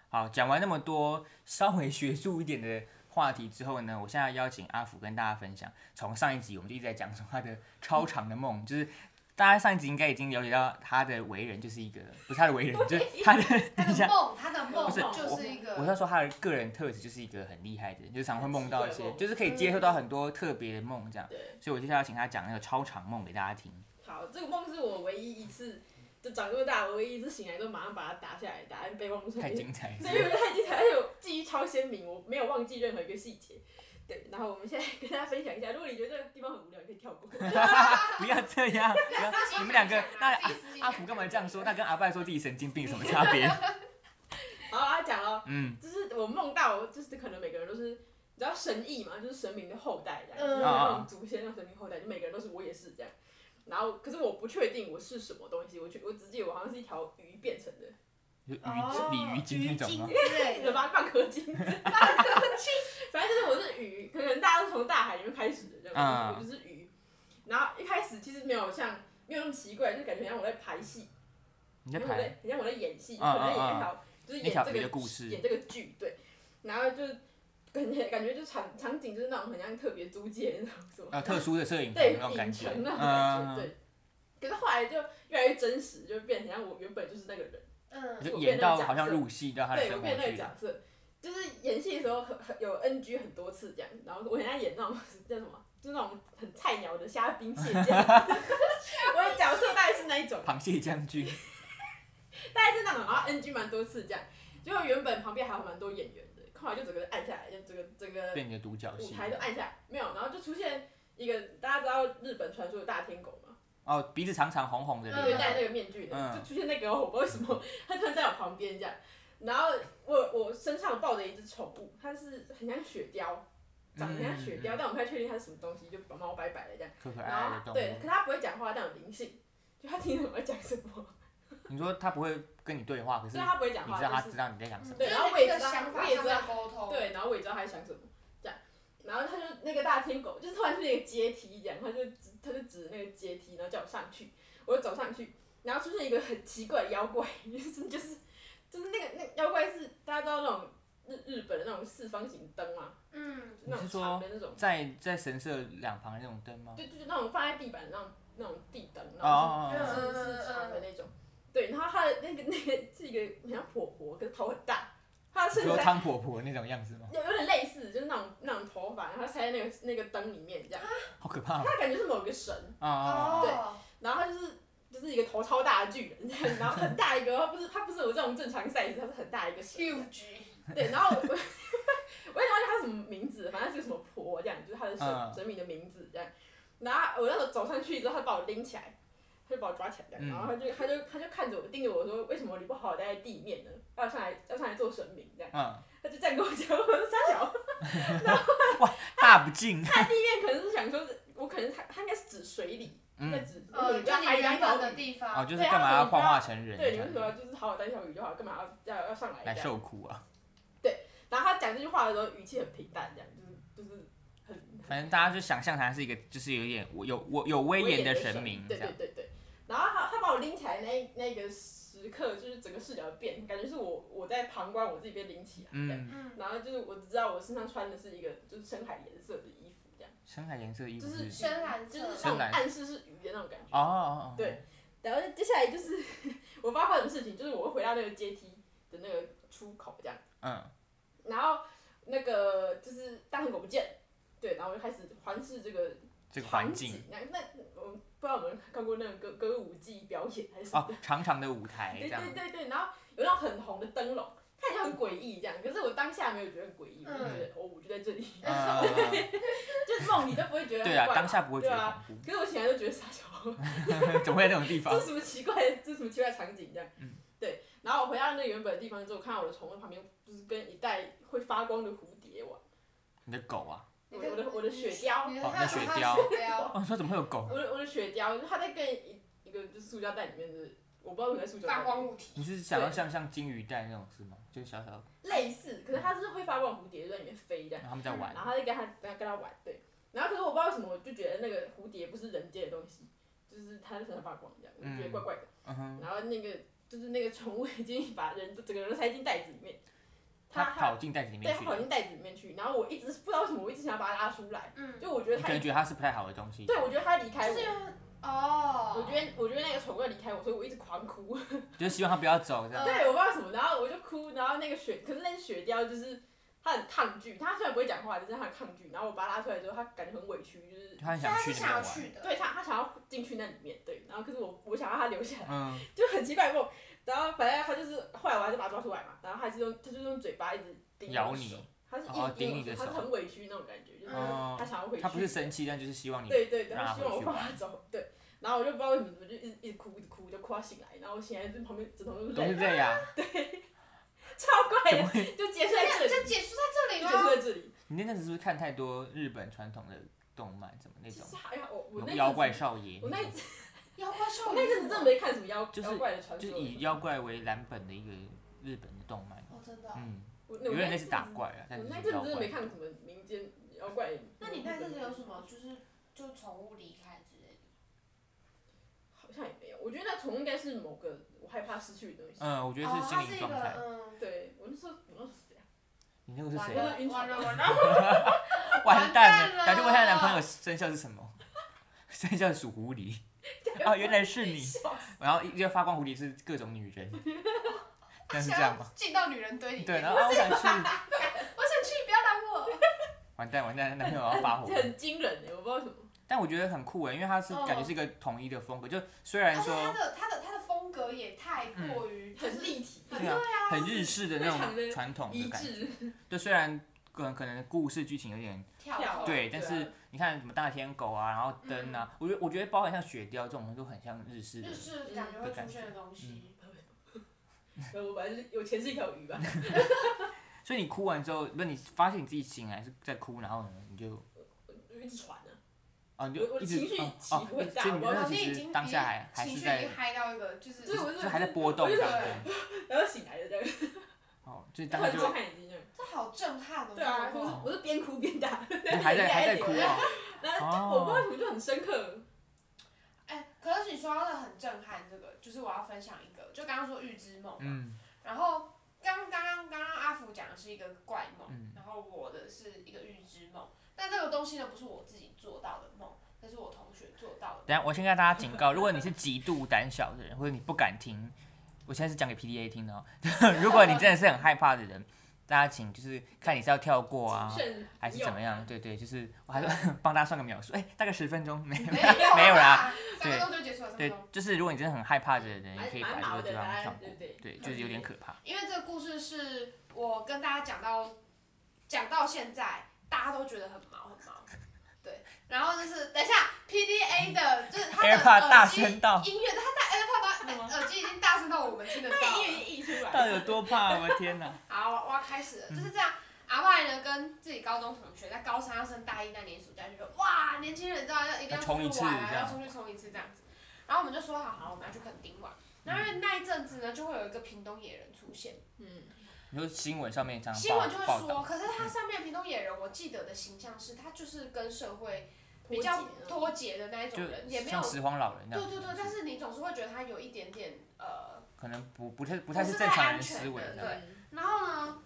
Speaker 1: 好，讲完那么多稍微学术一点的话题之后呢，我现在邀请阿福跟大家分享，从上一集我们就一直在讲说他的超长的梦，就是大家上一集应该已经了解到他的为人就是一个，不是他的为人，就是他的，
Speaker 2: 他
Speaker 1: 等一下
Speaker 2: 的，梦，他的梦
Speaker 3: 不是
Speaker 2: 就
Speaker 1: 我
Speaker 2: 是一个，
Speaker 1: 我是要说他的个人特质就是一个很厉害的人，就是常会梦到一
Speaker 3: 很奇怪
Speaker 1: 些，
Speaker 3: 的梦嗯
Speaker 1: 就是可以接受到很多特别的梦这样。
Speaker 3: 对。
Speaker 1: 所以我接下来要请他讲那个超长梦给大家听。
Speaker 3: 好，这个梦是我唯一一次，就长这么大，我唯一一次醒来就马上把它打下来，打在备忘录上
Speaker 1: 太
Speaker 3: 面。
Speaker 1: 精彩了！
Speaker 3: 对，因为太精彩，而且我记忆超鲜明，我没有忘记任何一个细节。对，然后我们现在跟大家分享一下，如果你觉得这个地方很无聊，你可以跳过。
Speaker 1: 不要这样，不要
Speaker 2: 自己
Speaker 1: 你们两个
Speaker 2: 想象，啊
Speaker 1: 那
Speaker 2: 自己私心
Speaker 1: 阿福干嘛这样说？那跟阿拜说自己神经病有什么差别？
Speaker 3: 好，他讲了，
Speaker 1: 嗯，
Speaker 3: 就是我梦到，就是可能每个人都是，你知道神意嘛，就是神明的后代这样，
Speaker 2: 嗯
Speaker 3: 就是那种祖先的神明后代，就每个人都是，我也是这样。然后，可是我不确定我是什么东西，我去，我只记得我好像是一条鱼变成的，
Speaker 1: 就
Speaker 2: 哦
Speaker 1: 鱼鲤鱼精那种
Speaker 2: 鱼
Speaker 1: 吗？
Speaker 2: 精之类
Speaker 3: 有
Speaker 2: 的。
Speaker 3: 吧？半颗金子， 反正就是我是鱼，可能大家都从大海里面开始的，这样
Speaker 1: 嗯
Speaker 3: 我就是鱼。然后一开始其实没有像没有那么奇怪，就是感觉像我在排戏，
Speaker 1: 你在
Speaker 3: 很像我
Speaker 1: 排
Speaker 3: 在，很像我在演戏，
Speaker 1: 嗯
Speaker 3: 可能演
Speaker 1: 嗯嗯
Speaker 3: 一条，就是
Speaker 1: 一
Speaker 3: 演
Speaker 1: 条
Speaker 3: 这
Speaker 1: 别的
Speaker 3: 个
Speaker 1: 故事
Speaker 3: 演这个剧，对，然后就感觉感觉就场场景就是那种很像特别租借那种什么，
Speaker 1: 呃特殊的摄影棚
Speaker 3: 对，
Speaker 1: 那种感
Speaker 3: 影
Speaker 1: 觉，
Speaker 3: 城那种
Speaker 1: 嗯
Speaker 3: 感觉，， 对。可是后来就越来越真实，就变成像我原本就是那个人，
Speaker 2: 嗯，
Speaker 1: 就演到好像入戏到他的
Speaker 3: 对，
Speaker 1: 生
Speaker 3: 我
Speaker 1: 活
Speaker 3: 变那个
Speaker 1: 去
Speaker 3: 角
Speaker 1: 了，
Speaker 3: 色，就是演戏的时候很很有 NG 很多次这样，然后我很爱演那种叫什么，就那种很菜鸟的虾兵蟹将， 我的角色大概是那一种，
Speaker 1: 螃蟹将军，
Speaker 3: 大概是那种，然后 NG 蛮多次这样，结果原本旁边还有蛮多演员的，后来就整个按下来，就整个整个
Speaker 1: 变你的独角
Speaker 3: 舞
Speaker 1: 戏。
Speaker 3: 台都按下来，没有，然后就出现一个大家知道日本传说的大天狗嘛，
Speaker 1: 哦，鼻子长长红红的
Speaker 2: 嗯
Speaker 3: 那个
Speaker 1: 脸，
Speaker 3: 戴那个面具的，
Speaker 1: 嗯
Speaker 3: 就出现那个我不知道为什么他突然在我旁边这样，然后我我身上抱着一只宠物，它是很像雪貂，长得很像雪
Speaker 1: 嗯
Speaker 3: 貂，但我不太确定它是什么东西，就把猫摆摆的这样，
Speaker 1: 可可爱爱的
Speaker 3: 然后
Speaker 1: 动物
Speaker 3: 对，。可它不会讲话，但有灵性，就它听得懂我在讲什么，
Speaker 1: 你说他不会跟你对话，可是
Speaker 3: 虽然它不会讲
Speaker 1: 你知道
Speaker 3: 话，
Speaker 1: 他
Speaker 3: 就
Speaker 1: 知
Speaker 3: 是
Speaker 1: 道你在想什么。
Speaker 3: 对
Speaker 2: 嗯就是
Speaker 3: 然后我也
Speaker 2: 一个
Speaker 3: 知道
Speaker 2: 想
Speaker 3: 我
Speaker 2: 法
Speaker 3: 也
Speaker 2: 上
Speaker 3: 知道
Speaker 2: 的沟通，
Speaker 3: 对，然后我也知道它在想什么这样。然后他就那个大天狗，就是突然出现一个阶梯一样，他就指他就指那个阶梯，然后叫我上去，我就走上去，然后出现一个很奇怪的妖怪， 就是就是就是那个那个妖怪是大家知道那种日日本的那种四方形灯嘛，
Speaker 2: 嗯，
Speaker 3: 那种
Speaker 1: 你是说
Speaker 3: 长的那种，
Speaker 1: 在在神社两旁的那种灯吗？
Speaker 3: 就就是那种放在地板的那种那种地灯，
Speaker 1: 哦
Speaker 3: 然后
Speaker 1: 哦
Speaker 3: 是、
Speaker 1: 哦，
Speaker 2: 哦
Speaker 3: 是是长的那种，对，然后他的那个那个是一个很像婆婆，可是头很大，他的
Speaker 1: 哦
Speaker 3: 身
Speaker 1: 说
Speaker 3: 材
Speaker 1: 汤婆婆那种样子吗？
Speaker 3: 有有点类似，就是那种那种头发，然后塞在那个那个灯里面这样。
Speaker 1: 好可怕哦
Speaker 3: 他感觉是某个神，
Speaker 1: 哦哦！哦
Speaker 2: 哦，
Speaker 3: 然后他就是就是一个头超大的巨人，这样然后很大一个，他不是他不是我这种正常 size，他是很大一个神。
Speaker 2: huge，
Speaker 3: 对，然后我 我也忘记他什么名字，反正就是什么婆这样，就是他的神、
Speaker 1: 嗯
Speaker 3: 神明的名字这样。然后我那时候走上去之后，他把我拎起来，他就把我抓起来这
Speaker 1: 嗯
Speaker 3: 样，然后他就他就他就看着我，盯着我说：“为什么你不好好待在地面呢？要上来要上来做神明这样。”
Speaker 1: 嗯，
Speaker 3: 他就这样跟我讲，我说：“傻小。”
Speaker 1: 大不 敬。
Speaker 3: 那可能是想说是，我可能他他应该是指水里，在
Speaker 1: 嗯，
Speaker 3: 指
Speaker 2: 呃，
Speaker 3: 叫
Speaker 2: 就你
Speaker 3: 海
Speaker 2: 原
Speaker 3: 洋
Speaker 2: 本
Speaker 3: 岛
Speaker 2: 的
Speaker 3: 屿。
Speaker 2: 地
Speaker 1: 哦，
Speaker 2: 方，
Speaker 1: 就是干嘛要幻化成人这
Speaker 3: 对，你为
Speaker 1: 样
Speaker 3: 什么要就是好好待条鱼就好，干嘛要要要上来
Speaker 1: 来
Speaker 3: 这样？
Speaker 1: 受苦啊？
Speaker 3: 对，然后他讲这句话的时候语气很平淡，这样就是就是很
Speaker 1: 反正大家就想象他是一个，就是有点有有有威严的神明这
Speaker 3: 对
Speaker 1: 样
Speaker 3: 对。对对。然后他他把我拎起来那一那个时刻，就是整个视角变，感觉是我我在旁观，我自己被拎起来。这样。
Speaker 1: 嗯，
Speaker 2: 嗯，
Speaker 3: 然后就是我只知道我身上穿的是一个就是深海颜色的衣服，这样
Speaker 1: 深海颜色的衣服
Speaker 3: 就是
Speaker 1: 是
Speaker 2: 深蓝
Speaker 3: 就
Speaker 2: 色
Speaker 3: 是那
Speaker 1: 深
Speaker 3: 种
Speaker 1: 蓝
Speaker 3: 暗示是鱼的那种感觉。
Speaker 1: 哦哦哦，
Speaker 3: 对，然后接下来就是 我不知道发生什么事情，就是我会回到那个阶梯的那个出口这样，
Speaker 1: 嗯，
Speaker 3: 然后那个就是大黑狗不见，对，然后我就开始环视这个
Speaker 1: 这个环
Speaker 3: 景
Speaker 1: 境。
Speaker 3: 那那我不知道我们看过那个歌歌舞伎表演还是什么
Speaker 1: 哦，长长的舞台这
Speaker 3: 对
Speaker 1: 样嗯
Speaker 3: 对，对对，然后有那种很红的灯笼，看起来很诡异这样，可是我当下没有觉得很诡异，我就觉得、哦，我就在这里，
Speaker 1: 啊，
Speaker 3: 就是梦里都不会觉得很
Speaker 1: 对
Speaker 3: 怪
Speaker 1: 啊，
Speaker 3: 嘛
Speaker 1: 当下不会觉
Speaker 3: 对
Speaker 1: 得
Speaker 3: 啊
Speaker 1: 恐怖，
Speaker 3: 可是我醒来就觉得傻小孩。
Speaker 1: 怎么会在这种地方
Speaker 3: 这？是什么奇怪的，这是什么奇怪的场景这样？
Speaker 1: 嗯
Speaker 3: 对。然后我回到那个原本的地方之后，看到我的宠物旁边就是跟一袋会发光的蝴蝶玩，
Speaker 1: 你的狗啊？
Speaker 3: 我的我的我的雪貂，
Speaker 2: 你的
Speaker 1: 哦
Speaker 2: 它
Speaker 1: 那雪
Speaker 2: 它
Speaker 1: 貂
Speaker 2: 雪貂，
Speaker 1: 哦，说怎么会有狗？
Speaker 3: 我的我的雪貂，它在跟一一个就是塑胶袋里面的，我不知道什么在塑胶
Speaker 2: 发
Speaker 3: 袋，
Speaker 2: 光物体，
Speaker 1: 你是想要
Speaker 3: 对
Speaker 1: 像像金鱼蛋那种是吗？就是小小的，
Speaker 3: 类似，可是它是会发光的蝴蝶就在里面飞这样，
Speaker 1: 然后他们在玩
Speaker 3: 然。后它在跟它跟它跟它玩，对。然后可是我不知道为什么，我就觉得那个蝴蝶不是人间的东西，就是它在身上发光这样，我就觉得怪怪的。
Speaker 1: 嗯哼，
Speaker 3: 然后那个就是那个宠物已经把人整个人都塞进袋子里面，它
Speaker 1: 它跑进袋子里
Speaker 3: 对，
Speaker 1: 面
Speaker 3: 它
Speaker 1: 去，
Speaker 3: 跑进袋子里面去，然后我一直不知道为什么，我一直想要把它拉出来，
Speaker 2: 嗯，
Speaker 3: 就我觉得
Speaker 1: 你
Speaker 3: 它
Speaker 1: 可能，觉得它是不太好的东西，
Speaker 3: 对我觉得它离开
Speaker 2: 就
Speaker 3: 我
Speaker 2: 是，哦，
Speaker 3: 我觉得我觉得那个宠物离开我，所以我一直狂哭，
Speaker 2: 嗯
Speaker 1: 就是希望它不要走这样。
Speaker 3: 对，我不知道为什么，然后我就哭，然后那个雪，可是那只雪貂就是它很抗拒，它虽然不会讲话，但是它很抗拒，然后我把它拉出来之后，它感觉很委屈，就是
Speaker 1: 它很
Speaker 2: 所以
Speaker 1: 想
Speaker 2: 它
Speaker 1: 去
Speaker 2: 是
Speaker 1: 那
Speaker 2: 想要
Speaker 1: 边玩。
Speaker 2: 去的，
Speaker 3: 对它它想要进去那里面，对，然后可是我我想要它留下来。
Speaker 1: 嗯，
Speaker 3: 就很奇怪的梦。然后反正他就是后来我还是把他抓出来嘛，然后他还是用他就用嘴巴一直顶我的
Speaker 1: 咬你
Speaker 3: 手，他是
Speaker 1: 哦
Speaker 3: 一
Speaker 1: 顶
Speaker 3: 直
Speaker 1: 你的
Speaker 3: 他
Speaker 1: 手
Speaker 3: 很委屈那种感觉，就是
Speaker 1: 哦
Speaker 3: 嗯他想要回去，
Speaker 1: 它不是生气，但就是希望你
Speaker 3: 对对对，
Speaker 1: 让
Speaker 3: 他
Speaker 1: 他
Speaker 3: 希
Speaker 1: 嗯
Speaker 3: 望
Speaker 1: 回
Speaker 3: 我
Speaker 1: 去
Speaker 3: 放
Speaker 1: 玩
Speaker 3: 他走，对。然后我就不知道为什么，我就一直一直哭，一直哭，就哭到醒来。然后我醒来
Speaker 1: 嗯
Speaker 3: 就旁边枕头都是
Speaker 1: 都是
Speaker 3: 泪，
Speaker 1: 这样。
Speaker 3: 超怪
Speaker 1: 怎么
Speaker 3: 的，
Speaker 1: 会？
Speaker 3: 就结束在这
Speaker 2: 这
Speaker 3: 里，
Speaker 2: 这结束在这里
Speaker 3: 就结束
Speaker 2: 吗？
Speaker 3: 在这里。啊
Speaker 1: 你那阵子是不是看太多日本传统的动漫，怎么那
Speaker 3: 其
Speaker 1: 种
Speaker 3: 实还好，我
Speaker 1: 有
Speaker 3: 那
Speaker 1: 妖
Speaker 3: 阵
Speaker 1: 怪
Speaker 3: 子
Speaker 1: 少爷
Speaker 3: 我
Speaker 1: 那
Speaker 3: 那
Speaker 1: 种
Speaker 3: 阵，
Speaker 2: 妖怪少
Speaker 3: 我
Speaker 2: 女
Speaker 3: 那阵
Speaker 2: 是
Speaker 3: 子真
Speaker 2: 什
Speaker 3: 的
Speaker 2: 么
Speaker 3: 没看什么妖
Speaker 1: 就是
Speaker 3: 妖怪的传
Speaker 1: 就
Speaker 3: 说
Speaker 1: 是以
Speaker 3: 了。
Speaker 1: 妖怪为蓝本的一个日本的动漫，
Speaker 2: 哦，真的哦。
Speaker 1: 嗯，
Speaker 3: 我那
Speaker 1: 有
Speaker 3: 我
Speaker 1: 点类
Speaker 3: 那阵
Speaker 1: 似
Speaker 3: 子
Speaker 1: 打怪啊，但
Speaker 3: 我
Speaker 1: 是
Speaker 3: 那
Speaker 1: 是
Speaker 3: 阵
Speaker 1: 妖
Speaker 3: 子真的没
Speaker 1: 怪。
Speaker 3: 看什么民间妖怪。
Speaker 2: 那你那阵子有什么就是就宠物离开之类的？
Speaker 3: 像也没有。我觉得那虫应该是某个我害怕失去的东西。
Speaker 1: 嗯，我觉得是
Speaker 2: 哦，
Speaker 1: 心
Speaker 2: 它是
Speaker 1: 理
Speaker 2: 一
Speaker 1: 状态。
Speaker 2: 个嗯，
Speaker 3: 对，我那时候我那时候谁啊？
Speaker 1: 你那个是
Speaker 2: 完
Speaker 1: 谁？
Speaker 2: 了
Speaker 3: 谁啊
Speaker 2: 完了完了，
Speaker 1: 完蛋
Speaker 2: 完蛋
Speaker 1: 了！
Speaker 2: 了
Speaker 1: 打去问她男朋友生肖是什么？ 生肖是属狐狸。哦，原来是你。然后一个发光狐狸是各种女人，但是这样吗？
Speaker 2: 进到女人堆里
Speaker 1: 对，
Speaker 2: 面，
Speaker 1: 然后啊我想去，
Speaker 2: 我想去，不要打我。
Speaker 1: 完蛋完蛋，男朋友要发火
Speaker 3: 这。很惊人哎，我不知道为什么。
Speaker 1: 但我觉得很酷哎，因为它是
Speaker 2: 哦
Speaker 1: 感觉是一个统一的风格，就虽然
Speaker 2: 而且他
Speaker 1: 说
Speaker 2: 的他的他的风格也太过于、就是
Speaker 3: 很立体，
Speaker 1: 对啊，很日式的那
Speaker 3: 非常
Speaker 1: 种
Speaker 3: 的
Speaker 1: 传统
Speaker 3: 一
Speaker 1: 的感觉，
Speaker 3: 致。
Speaker 1: 就虽然可能可能故事剧情有点
Speaker 2: 跳
Speaker 3: 跳
Speaker 2: 脱，
Speaker 1: 对，
Speaker 3: 对
Speaker 1: 但
Speaker 3: 啊
Speaker 1: 是你看什么大天狗啊，然后灯啊，我觉得我觉得包含像雪雕这种东西都很像日式的
Speaker 2: 日式感觉会出现的东西。
Speaker 3: 呃 我反正就是有钱是一条鱼吧。
Speaker 1: 所以你哭完之后，不是你发现你自己醒来是在哭，然后呢，你就
Speaker 3: 就一直传啊，
Speaker 1: 啊，你
Speaker 3: 我
Speaker 1: 就
Speaker 3: 我
Speaker 1: 一直
Speaker 3: 情绪
Speaker 1: 哦
Speaker 3: 起
Speaker 1: 哦，
Speaker 3: 伏很大
Speaker 1: 所以你
Speaker 3: 我
Speaker 1: 那
Speaker 2: 老
Speaker 1: 其
Speaker 2: 师已
Speaker 1: 实
Speaker 2: 经
Speaker 1: 当下还还
Speaker 2: 情
Speaker 1: 是
Speaker 2: 绪已
Speaker 1: 在
Speaker 2: 经，嗨到一个就是
Speaker 3: 对我
Speaker 1: 就还在波动
Speaker 3: 我就
Speaker 1: 这
Speaker 3: 觉
Speaker 1: 样
Speaker 3: 得
Speaker 1: 子。
Speaker 3: 然后醒来了这样，
Speaker 1: 哦，就是当
Speaker 3: 突
Speaker 1: 下
Speaker 3: 然
Speaker 1: 就
Speaker 3: 睁开眼睛这样。
Speaker 2: 这好震撼哦！
Speaker 3: 对啊，
Speaker 2: 这
Speaker 3: 我
Speaker 2: 个
Speaker 3: 是我是边哭边打，
Speaker 1: 你还 在还在哭
Speaker 3: 啊。
Speaker 1: 哦，
Speaker 3: 然后我不
Speaker 1: 哦，
Speaker 3: 知道为什么就很深刻，
Speaker 2: 哎，可是你说到的很震撼，这个就是我要分享一个，就刚刚说预知梦，
Speaker 1: 嗯
Speaker 2: 然后刚刚刚刚阿福讲的是一个怪梦，
Speaker 1: 嗯
Speaker 2: 然后我的是一个预知梦，但这个东西呢不是我自己做到的梦，那是我同学做到的。
Speaker 1: 等一下我先跟大家警告，如果你是极度胆小的人，或者你不敢听，我现在是讲给 PDA 听的哦。 如果你真的是很害怕的人，大家请就是看你是要跳过啊，
Speaker 3: 慎
Speaker 1: 还是
Speaker 3: 用
Speaker 1: 怎么样？？对对，就是我还是 帮大家算个秒数，哎、大概十分钟，没有
Speaker 2: 没有
Speaker 1: 没有啦，
Speaker 2: 啦，三分钟就结束了，三分
Speaker 1: 对
Speaker 2: 钟。，
Speaker 1: 就是如果你真的很害怕的人，
Speaker 3: 蛮
Speaker 1: 你可以
Speaker 3: 蛮
Speaker 1: 把这
Speaker 3: 毛
Speaker 1: 个
Speaker 3: 的
Speaker 1: 地
Speaker 3: 答
Speaker 1: 方
Speaker 3: 案
Speaker 1: 跳过，
Speaker 3: 对
Speaker 1: 对，
Speaker 3: 对
Speaker 1: 就是有点可怕。
Speaker 2: 因为这个故事是我跟大家讲到讲到现在，大家都觉得很毛很毛。对，然后就是等一下 PDA 的，就是他的
Speaker 1: AirPod 大
Speaker 2: 耳机
Speaker 1: 声道
Speaker 2: 音乐，他戴 AirPod 到耳机已经大声到我们听得到
Speaker 3: 那
Speaker 2: 了
Speaker 3: 音。乐一出
Speaker 1: 到
Speaker 3: 来，
Speaker 1: 底有多怕？啊我的天哪！
Speaker 2: 好，我我要开始了，就是这样。阿外呢，跟自己高中同学在高三要升大一那年暑假，就说哇，年轻人知道要一定要出
Speaker 1: 冲一
Speaker 2: 去
Speaker 1: 次
Speaker 2: 玩
Speaker 1: 这
Speaker 2: 啊，
Speaker 1: 样
Speaker 2: 要出去冲一次这样子。然后我们就说好好，我们要去垦丁玩。然后因为那一阵子呢，就会有一个屏东野人出现，
Speaker 3: 嗯，
Speaker 1: 你说新闻上面常常
Speaker 2: 新闻就会
Speaker 1: 报报
Speaker 2: 说，
Speaker 1: 道，嗯
Speaker 2: 可是他上面屏东野人，我记得的形象是他就是跟社会比
Speaker 3: 脱节
Speaker 2: 较
Speaker 3: 了
Speaker 2: 脱节的那一种人，也
Speaker 1: 就
Speaker 2: 没有
Speaker 1: 像。拾荒老人那
Speaker 2: 对
Speaker 1: 样，
Speaker 2: 对对，但是你总是会觉得他有一点点呃
Speaker 1: 可能不不太不太
Speaker 2: 不
Speaker 1: 是
Speaker 2: 是
Speaker 1: 正
Speaker 2: 太
Speaker 1: 常
Speaker 2: 安
Speaker 1: 人
Speaker 2: 全
Speaker 1: 思维
Speaker 2: 的
Speaker 1: 这
Speaker 2: 对
Speaker 1: 样。
Speaker 2: 然后呢，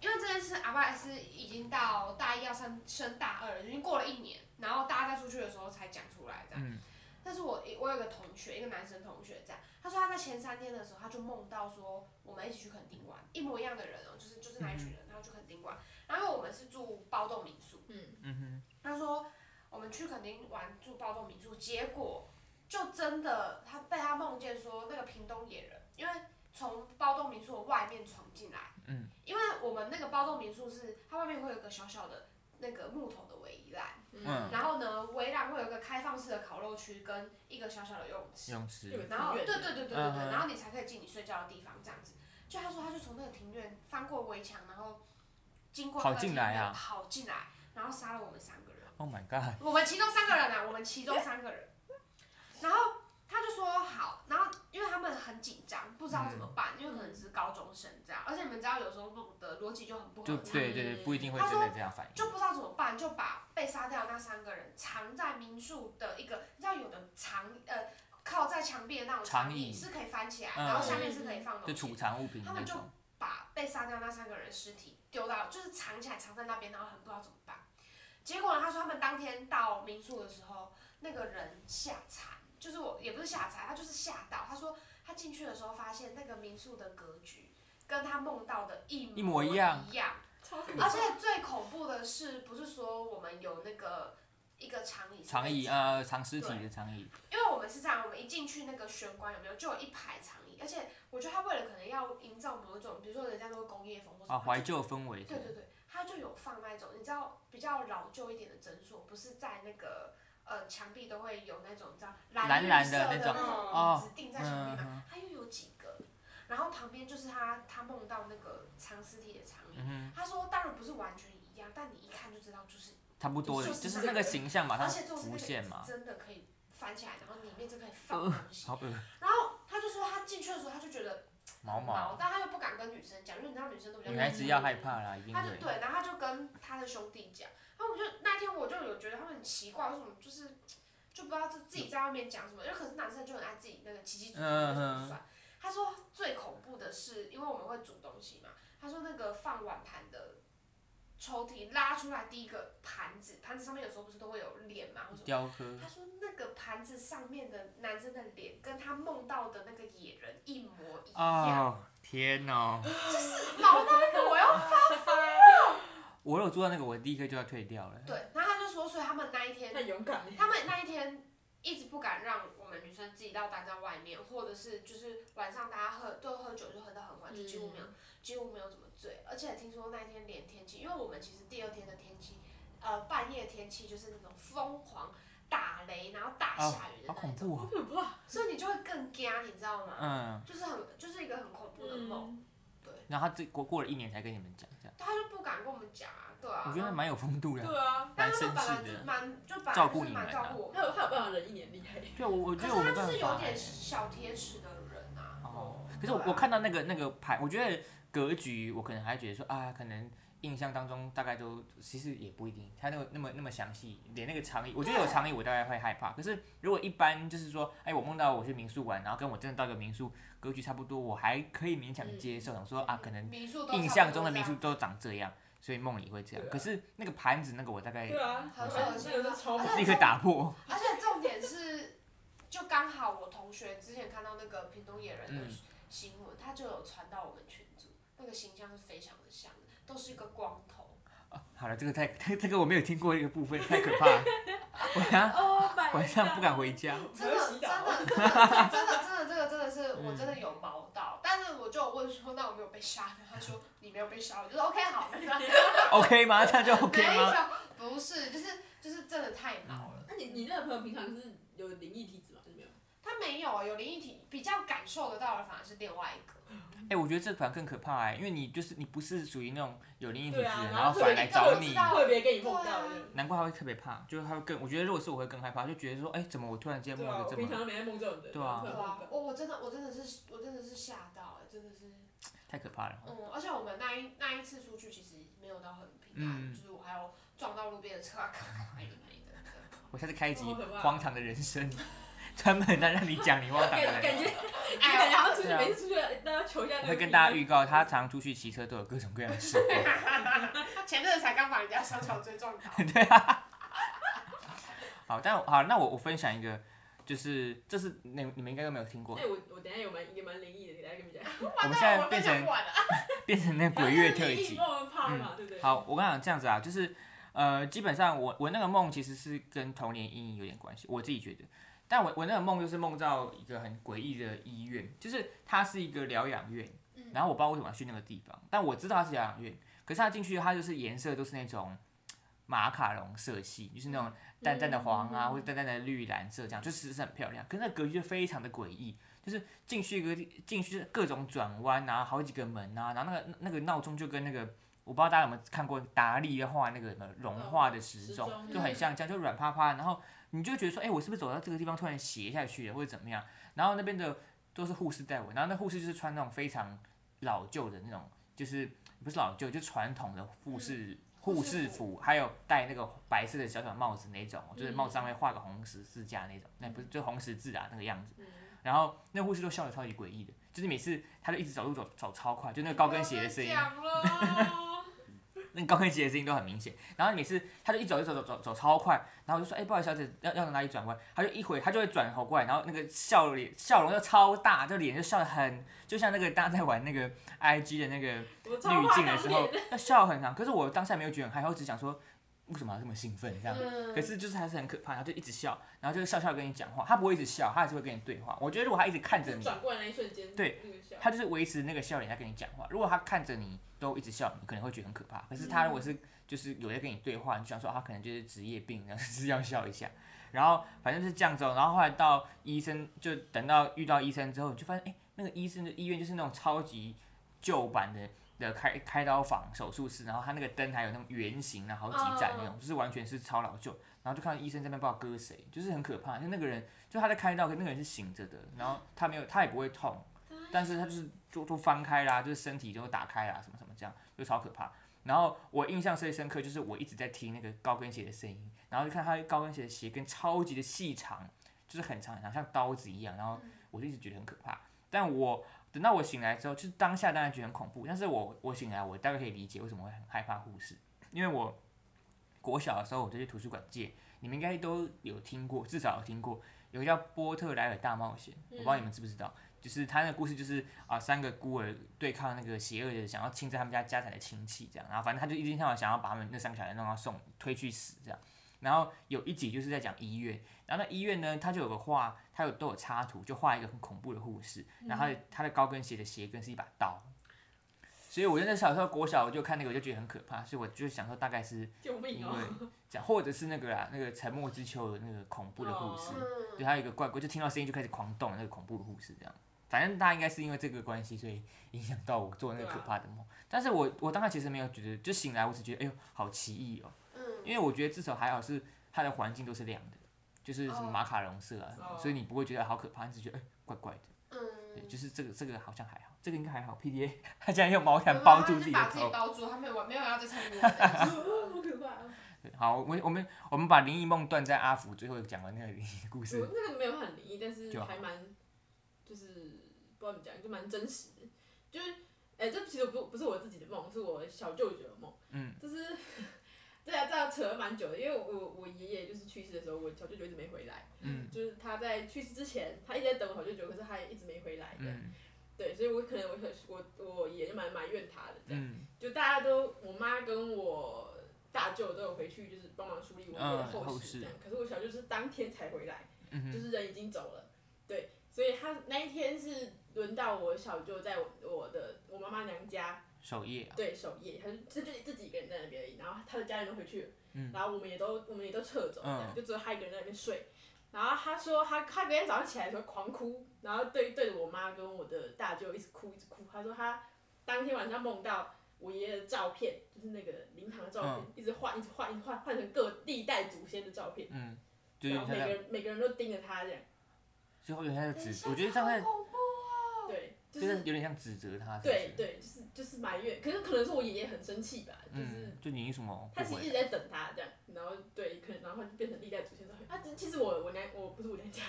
Speaker 2: 因为这件事，阿爸是已经到大一要升升大二了，已经过了一年，然后大家再出去的时候才讲出来这样。
Speaker 1: 嗯
Speaker 2: 但是我我有个同学，一个男生同学这样，他说他在前三天的时候，他就梦到说我们一起去垦丁玩，一模一样的人哦、就是就是那一群人，然后去垦丁玩，然后因为我们是住包栋民宿，
Speaker 1: 嗯
Speaker 2: 他说我们去垦丁玩住暴动民宿，结果就真的他被他梦见说那个屏东野人，因为从暴动民宿的外面闯进来，
Speaker 1: 嗯，
Speaker 2: 因为我们那个暴动民宿是它外面会有一个小小的那个木头的围栏，
Speaker 1: 嗯
Speaker 2: 然后呢围栏会有一个开放式的烤肉区跟一个小小的游泳
Speaker 1: 哼，
Speaker 2: 池，
Speaker 1: 泳
Speaker 3: 有
Speaker 1: 池，
Speaker 2: 然后
Speaker 3: 庭
Speaker 2: 对对对
Speaker 3: 院
Speaker 2: 对对对，
Speaker 1: 嗯哼
Speaker 2: 然后你才可以进你睡觉的地方这样子。就他说，他就从那个庭院翻过围墙，然后经过那个
Speaker 1: 跑进来啊
Speaker 2: 庭院跑进来，然后杀了我们三个人。
Speaker 1: ，Oh my god！
Speaker 2: 我们其中三个人啊，我们其中三个人，然后他就说好，然后因为他们很紧张，不知道怎么办，因为可能只是高中生这样，而且你们知道有时候梦的逻辑就很不
Speaker 1: 就
Speaker 2: 合常，
Speaker 1: 对对对，不一定会
Speaker 2: 他
Speaker 1: 真
Speaker 2: 说
Speaker 1: 的这样反应。
Speaker 2: 就不知道怎么办，就把被杀掉的那三个人藏在民宿的一个，你知道有的长呃靠在墙壁的那种
Speaker 1: 长
Speaker 2: 长椅
Speaker 1: 椅
Speaker 2: 是可以翻起来，
Speaker 1: 嗯
Speaker 2: 然后下面是可以放
Speaker 1: 就
Speaker 2: 东
Speaker 1: 储
Speaker 2: 西，
Speaker 1: 藏物品
Speaker 2: 他
Speaker 1: 那
Speaker 2: 们就
Speaker 1: 种，
Speaker 2: 把被杀掉那三个人的尸体丢到，就是藏起来藏在那边，然后很不知道怎么办。结果呢，他说他们当天到民宿的时候，那个人吓惨，就是我也不是吓惨，他就是吓到。他说他进去的时候发现那个民宿的格局跟他梦到的一
Speaker 1: 一模一
Speaker 2: 一
Speaker 1: 样
Speaker 2: 样
Speaker 3: 超可
Speaker 2: 而
Speaker 3: 怕。
Speaker 2: 且最恐怖的是，不是说我们有那个一个长椅是
Speaker 1: 长
Speaker 2: 被
Speaker 1: 椅
Speaker 2: 藏
Speaker 1: 啊，长尸体
Speaker 2: 对
Speaker 1: 的长椅，
Speaker 2: 因为我们是这样，我们一进去那个玄关有没有，就有一排长椅，而且我觉得他为了可能要营造某种，比如说人家都会工业风或什
Speaker 1: 啊，
Speaker 2: 么，
Speaker 1: 怀旧氛围
Speaker 2: 对
Speaker 1: 是吧。
Speaker 2: 对对，他就有放那种，你知道比较老旧一点的诊所，不是在那个呃墙壁都会有那种你知道
Speaker 1: 蓝
Speaker 2: 蓝
Speaker 1: 蓝
Speaker 2: 绿
Speaker 1: 的
Speaker 2: 色
Speaker 1: 那
Speaker 2: 那
Speaker 1: 种
Speaker 2: 种
Speaker 1: 哦
Speaker 2: 椅子钉在墙壁
Speaker 1: 嗯
Speaker 2: 嘛，他又有几个，然后旁边就是他他梦到那个藏尸体的长椅，
Speaker 1: 嗯
Speaker 2: 他说当然不是完全一样，但你一看就知道就是
Speaker 1: 哼，差不多的，
Speaker 2: 就是
Speaker 1: 就是
Speaker 2: 这
Speaker 1: 那个
Speaker 2: 个
Speaker 1: 形象马
Speaker 2: 而
Speaker 1: 上
Speaker 2: 且就是那
Speaker 1: 浮
Speaker 2: 个椅
Speaker 1: 现
Speaker 2: 子
Speaker 1: 嘛。哦
Speaker 2: 真的可以翻起来，然后里面就可以放东西。
Speaker 1: 好恶，
Speaker 2: 然后他就说他进去的时候他就觉得
Speaker 1: 毛
Speaker 2: 很
Speaker 1: 毛，
Speaker 2: 但他又不敢跟女生讲，因为你知道女生都比较
Speaker 1: 女孩子要害怕啦，一定
Speaker 2: 他就
Speaker 1: 会。
Speaker 2: 对，然后他就跟他的兄弟讲，然后我就那天我就有觉得他们很奇怪，为什么就是就不知道自自己在外面讲什么，因为可是男生就很爱自己那个奇奇楚
Speaker 1: 嗯
Speaker 2: 楚的
Speaker 1: 嗯
Speaker 2: 很算。他说最恐怖的是，因为我们会煮东西嘛，他说那个放碗盘的抽屉拉出来第一个盘子，盘子上面有时候不是都会有脸嘛，或者
Speaker 1: 雕刻，
Speaker 2: 他说那个盘子上面的男生的脸跟他梦到的那个野人一模一样，
Speaker 1: 哦，天哪！
Speaker 2: 毛到那个我要发。
Speaker 1: 我如果做到那个，我立刻就要退掉了。
Speaker 2: 对，然后他就说，所以他们那一天
Speaker 3: 太勇敢了。
Speaker 2: 他们那一天一直不敢让我们女生自己到单在外面，或者是就是晚上大家喝都喝酒就喝到很晚，
Speaker 1: 嗯
Speaker 2: 就几乎没有、几乎没有怎么醉。而且听说那一天连天气，因为我们其实第二天的天气，呃，半夜天气就是那种疯狂打雷，然后大下雨的
Speaker 1: 好
Speaker 2: 那
Speaker 1: 恐
Speaker 2: 一种，
Speaker 1: 怖
Speaker 3: 好
Speaker 1: 哦。
Speaker 3: 可怕！
Speaker 2: 所以你就会更惊，你知道吗？
Speaker 1: 嗯，
Speaker 2: 就是很就是一个很恐怖的梦，
Speaker 3: 嗯，
Speaker 1: 然后他这过过了一年才跟你们讲，这样
Speaker 2: 他就不敢跟我们讲啊，对啊。
Speaker 1: 我觉得还蛮有风度的，
Speaker 3: 对啊，
Speaker 2: 但
Speaker 1: 蛮
Speaker 2: 他
Speaker 1: 绅
Speaker 2: 们本来
Speaker 1: 士
Speaker 2: 就
Speaker 1: 的。
Speaker 2: 蛮就本来
Speaker 1: 照顾
Speaker 2: 就是
Speaker 1: 你
Speaker 2: 蛮
Speaker 1: 们
Speaker 2: 照
Speaker 1: 啊
Speaker 2: 顾我们
Speaker 3: 他有他有办法忍一年厉害。
Speaker 1: 对，我我觉
Speaker 2: 可
Speaker 1: 得
Speaker 2: 是
Speaker 1: 我没
Speaker 2: 他
Speaker 1: 办
Speaker 2: 就
Speaker 1: 法欸。
Speaker 2: 是有点小铁齿的人啊。
Speaker 1: 哦，可是我我看到那个那个牌，我觉得格局，我可能还觉得说啊，可能印象当中大概都其实也不一定，他那个那么那么详细，连那个长椅，我觉得有长椅我大概会害怕。可是如果一般就是说，哎，我梦到我去民宿玩，然后跟我真的到一个民宿格局差不多，我还可以勉强接受，想说啊，可能
Speaker 2: 民宿都
Speaker 1: 印
Speaker 2: 差不
Speaker 1: 象
Speaker 2: 多
Speaker 1: 中的
Speaker 2: 这
Speaker 1: 民宿
Speaker 2: 样
Speaker 1: 都长这样，所以梦里会这样
Speaker 3: 对。啊
Speaker 1: 可是那个盘子那个我大概
Speaker 3: 对啊，
Speaker 2: 很
Speaker 3: 那
Speaker 2: 恶
Speaker 3: 个
Speaker 2: 心
Speaker 3: 是超猛
Speaker 2: 而且
Speaker 1: 立刻打破，
Speaker 2: 而且重点是，就刚好我同学之前看到那个屏东野人的
Speaker 1: 嗯
Speaker 2: 新闻，他就有传到我们群组，那个形象是非常的像的，都是一个光头。
Speaker 1: 好了，这个太 这这个我没有听过这个部分，太可怕了， 我等下
Speaker 3: 哦，
Speaker 1: 晚上不敢回家。
Speaker 2: 真的真
Speaker 3: 洗
Speaker 2: 的
Speaker 3: 澡。啊
Speaker 2: 真的真的真的这个真 的是我
Speaker 1: 嗯
Speaker 2: 真的有毛到，但是我就有问说，那我没有被杀吗？他说你没有被杀，我就说 OK 好，没关系
Speaker 1: OK 吗？这样就 OK
Speaker 2: 没
Speaker 1: 吗？
Speaker 2: 有，不是，就是就是真的太毛了。
Speaker 3: 那你你那个朋友平常是有灵异体质吗？还是没有？
Speaker 2: 他没有啊，有灵异体比较感受得到的反而是另外一个。
Speaker 1: 哎、我觉得这款更可怕哎、因为你就是你不是属于那种有灵异体质的
Speaker 3: 对啊
Speaker 1: 人，
Speaker 3: 然后
Speaker 1: 后反而来找你
Speaker 2: 特别，
Speaker 3: 特别跟你碰
Speaker 2: 对
Speaker 3: 到
Speaker 2: 啊
Speaker 3: 的。
Speaker 1: 难怪他会特别怕，就是他会更，我觉得如果是我会更害怕，就觉得说，哎、怎么我突然间
Speaker 3: 对
Speaker 1: 梦
Speaker 3: 啊，
Speaker 1: 到
Speaker 3: 我
Speaker 1: 这
Speaker 3: 平
Speaker 1: 么
Speaker 3: 常都没在梦这种的。
Speaker 1: 对啊
Speaker 2: 对
Speaker 3: 然后突然
Speaker 2: 啊
Speaker 3: 碰，到
Speaker 2: 我我真的我真的是我真的是吓到、欸，真的是，
Speaker 1: 太可怕了？
Speaker 2: 嗯，而且我们那一那一次出去其实没有到很平安，
Speaker 1: 嗯
Speaker 2: 就是我还有撞到路边的车啊，咔咔咔一没的，
Speaker 1: 我下次开一集
Speaker 3: 好可怕
Speaker 1: 荒唐的人生， 专门让让你讲你荒唐的
Speaker 3: 感
Speaker 1: 人
Speaker 3: 感
Speaker 1: 生。
Speaker 3: 觉
Speaker 2: 真的
Speaker 3: 哎，感觉好像出
Speaker 1: 对
Speaker 3: 去
Speaker 1: 啊
Speaker 3: 每次出去都要求一下那
Speaker 1: 我
Speaker 3: 个。
Speaker 1: 会跟大家预告，他常出去骑车都有各种各样的事故。
Speaker 2: 他前阵子才刚把人家小小追撞倒，
Speaker 1: 好，但好，那我我分享一个，就是这是你你们应该都没有听过，
Speaker 3: 哎，我我等一下有蛮也蛮灵异的，给大家跟你讲。
Speaker 1: 我
Speaker 2: 完
Speaker 1: 们现
Speaker 2: 蛋
Speaker 1: 在
Speaker 2: 了，我
Speaker 1: 变
Speaker 2: 分享
Speaker 1: 成
Speaker 2: 不完了，
Speaker 1: 变成那鬼月特辑嗯
Speaker 3: 然。后那个灵异我们怕嘛，对不对？
Speaker 1: 好，我跟你讲这样子啊，就是呃，基本上我我那个梦其实是跟童年阴影有点关系，我自己觉得。但我我那个梦就是梦到一个很诡异的医院，就是它是一个疗养院，然后我不知道为什么要去那个地方，但我知道它是疗养院，可是它进去它就是颜色都是那种马卡龙色系，就是那种淡淡的黄啊，
Speaker 3: 嗯
Speaker 1: 或者淡淡的绿蓝色这样，就其实是很漂亮，可是那格局就非常的诡异，就是进去一个地进去各种转弯啊，好几个门啊，然后那个那个闹钟就跟那个我不知道大家有没有看过达利画那个什么融化的时钟，
Speaker 3: 嗯时钟
Speaker 1: 就很像这样，就软趴趴，然后你就觉得说，哎、我是不是走到这个地方突然斜下去了，或者怎么样？然后那边的都是护士带我，然后那护士就是穿那种非常老旧的那种，就是不是老旧，就传统的护士。嗯护
Speaker 2: 护
Speaker 1: 士
Speaker 2: 士
Speaker 1: 服，还有戴那个白色的小小帽子那种，就是
Speaker 3: 嗯
Speaker 1: 帽子上面画个红十字架那种，那不是就红十字啊那个样子。
Speaker 3: 嗯
Speaker 1: 然后那护士都笑得超级诡异的，就是每次他就一直走路走走超快，就那个高跟鞋的声音
Speaker 2: 不，要再 讲了
Speaker 1: 那个高跟鞋的声音都很明显。然后每次他就一走就走走走走超快，然后我就说：“哎、不好意思，小姐，要要从哪里转弯？”他就一回他就会转头过来，然后那个笑脸笑容就超大，就脸就笑得很，就像那个大家在玩那个 IG 的那个
Speaker 3: 我超
Speaker 1: 滤
Speaker 3: 怕
Speaker 1: 镜
Speaker 3: 当
Speaker 1: 的时
Speaker 3: 面
Speaker 1: 候，要笑很长。可是我当下没有觉得很害怕，我只想说为什么要这么兴奋这样。
Speaker 2: 嗯，
Speaker 1: 可是就是还是很可怕，然后就一直笑，然后就是笑笑跟你讲话，他不会一直笑，他还是会跟你对话。我觉得如果他一直看着你，
Speaker 3: 转过来那一瞬间，
Speaker 1: 对
Speaker 3: 那个笑，
Speaker 1: 他就是维持那个笑脸在跟你讲话。如果他看着你都一直笑，你可能会觉得很可怕。可是他如果是就是有在跟你对话，你就想说啊他可能就是职业病，然后就是要笑一下。然后反正就是这样子、哦，然后后来到医生，就等到遇到医生之后，你就发现哎、诶那个医生的医院就是那种超级旧版的的开开刀房、手术室，然后他那个灯还有那种圆形的好几盏那种，就是完全是超老旧。然后就看到医生在那边不知道割谁，就是很可怕。就那个人，就他在开刀，可是那个人是醒着的，然后他没有，他也不会痛，但是他就是就都翻开啦，就是身体就打开啦，什么什么这样，就超可怕。然后我印象最深刻就是我一直在听那个高跟鞋的声音，然后就看他高跟鞋的鞋跟超级的细长，就是很长很长，像刀子一样，然后我就一直觉得很可怕。但我等到我醒来之后，就是当下当然觉得很恐怖，但是我我醒来，我大概可以理解为什么会很害怕护士，因为我国小的时候我就去图书馆借，你们应该都有听过，至少有听过，有个叫《波特莱尔大冒险》，我不知道你们知不知道，就是他那个故事就是啊、三个孤儿对抗那个邪恶的想要侵占他们家家产的亲戚这样，然后反正他就一天到晚想要把他们那三个小孩弄到送推去死这样。然后有一集就是在讲医院，然后那医院呢，它就有个画，它有都有插图，就画一个很恐怖的护士，然后他的他的高跟鞋的鞋跟是一把刀，所以我在小时候国小我就看那个我就觉得很可怕，所以我就想说大概是
Speaker 3: 救命
Speaker 1: 因
Speaker 3: 哦、
Speaker 1: 为讲或者是那个啦，那个沉默之丘的那个恐怖的护士，
Speaker 2: 嗯，
Speaker 1: 对，啊他有一个怪怪，就听到声音就开始狂动，那个恐怖的护士这样。反正大家应该是因为这个关系，所以影响到我做那个
Speaker 3: 对啊
Speaker 1: 可怕的梦。但是我我当时其实没有觉得，就醒来我只觉得哎呦好奇异哦，
Speaker 2: 嗯，
Speaker 1: 因为我觉得至少还好是它的环境都是亮的，就是什么马卡龙色啊什么的，
Speaker 3: 哦
Speaker 1: 所以你不会觉得好可怕，你只觉得哎怪怪的。对，
Speaker 2: 嗯，
Speaker 1: 就是这个这个好像还好，这个应该还好。PDA 他竟然用毛
Speaker 2: 没
Speaker 1: 毯
Speaker 2: 有
Speaker 1: 包
Speaker 2: 嗯他
Speaker 1: 住
Speaker 2: 就
Speaker 1: 自己的
Speaker 2: 把自己
Speaker 1: 头。
Speaker 2: 包住，他没有没有要再参与我 的。
Speaker 3: 好可怕、啊！
Speaker 1: 对好，我们我们我们把灵异梦断在阿福最后讲完那个灵异故事
Speaker 3: 我。那个没有很灵异，但是
Speaker 1: 就好
Speaker 3: 还蛮，就是不知道怎么讲，就蛮真实的。就是，哎、这其实不不是我自己的梦，是我小舅舅的梦。
Speaker 1: 嗯，
Speaker 3: 就是 对啊，这样扯了蛮久的，因为我我爷爷就是去世的时候，我小舅舅一直没回来。
Speaker 1: 嗯
Speaker 3: 就是他在去世之前，他一直在等我小舅舅，可是他也一直没回来。这样
Speaker 1: 嗯
Speaker 3: 对，所以我可能我我我爷爷就蛮埋怨他的这样。
Speaker 1: 嗯，
Speaker 3: 就大家都，我妈跟我大舅都有回去，就是帮忙处理我爷爷的
Speaker 1: 嗯后
Speaker 3: 后
Speaker 1: 事
Speaker 3: 事这样。可是我小舅是当天才回来。
Speaker 1: 嗯哼
Speaker 3: 就是人已经走了，对，所以他那一天是轮到我小舅在我我的我妈妈娘家
Speaker 1: 守夜啊，
Speaker 3: 对守夜，他就自己自己一个人在那边而已，然后他的家人都回去了，
Speaker 1: 嗯
Speaker 3: 然后我们也都我们也都撤走，这样
Speaker 1: 嗯
Speaker 3: 就只有他一个人在那边睡。然后他说他他隔天早上起来的时候狂哭，然后对对着我妈跟我的大舅一直哭一直哭。他说他当天晚上梦到我爷爷的照片，就是那个灵堂的照片，
Speaker 1: 嗯
Speaker 3: 一直换一直换一直换换成各历代祖先的照片，
Speaker 1: 嗯，就有
Speaker 3: 然后
Speaker 1: 点像这
Speaker 3: 每个
Speaker 1: 样，
Speaker 3: 人每个人都盯着他这样。
Speaker 1: 就有点像在
Speaker 2: 等一
Speaker 1: 指，
Speaker 2: 下
Speaker 1: 我觉得这样在
Speaker 2: 好恐怖哦。
Speaker 3: 对，就
Speaker 1: 就是是有点像指责他，是不
Speaker 3: 对
Speaker 1: 是，
Speaker 3: 对，就是就是埋怨，可是可能是我爷爷很生气吧，就是
Speaker 1: 嗯，就你为什么
Speaker 3: 他
Speaker 1: 不
Speaker 3: 其实一
Speaker 1: 回来？
Speaker 3: 直在等他这样，然后对，可能然后就变成历代祖先说，啊，其其实我我娘我不是我娘 家，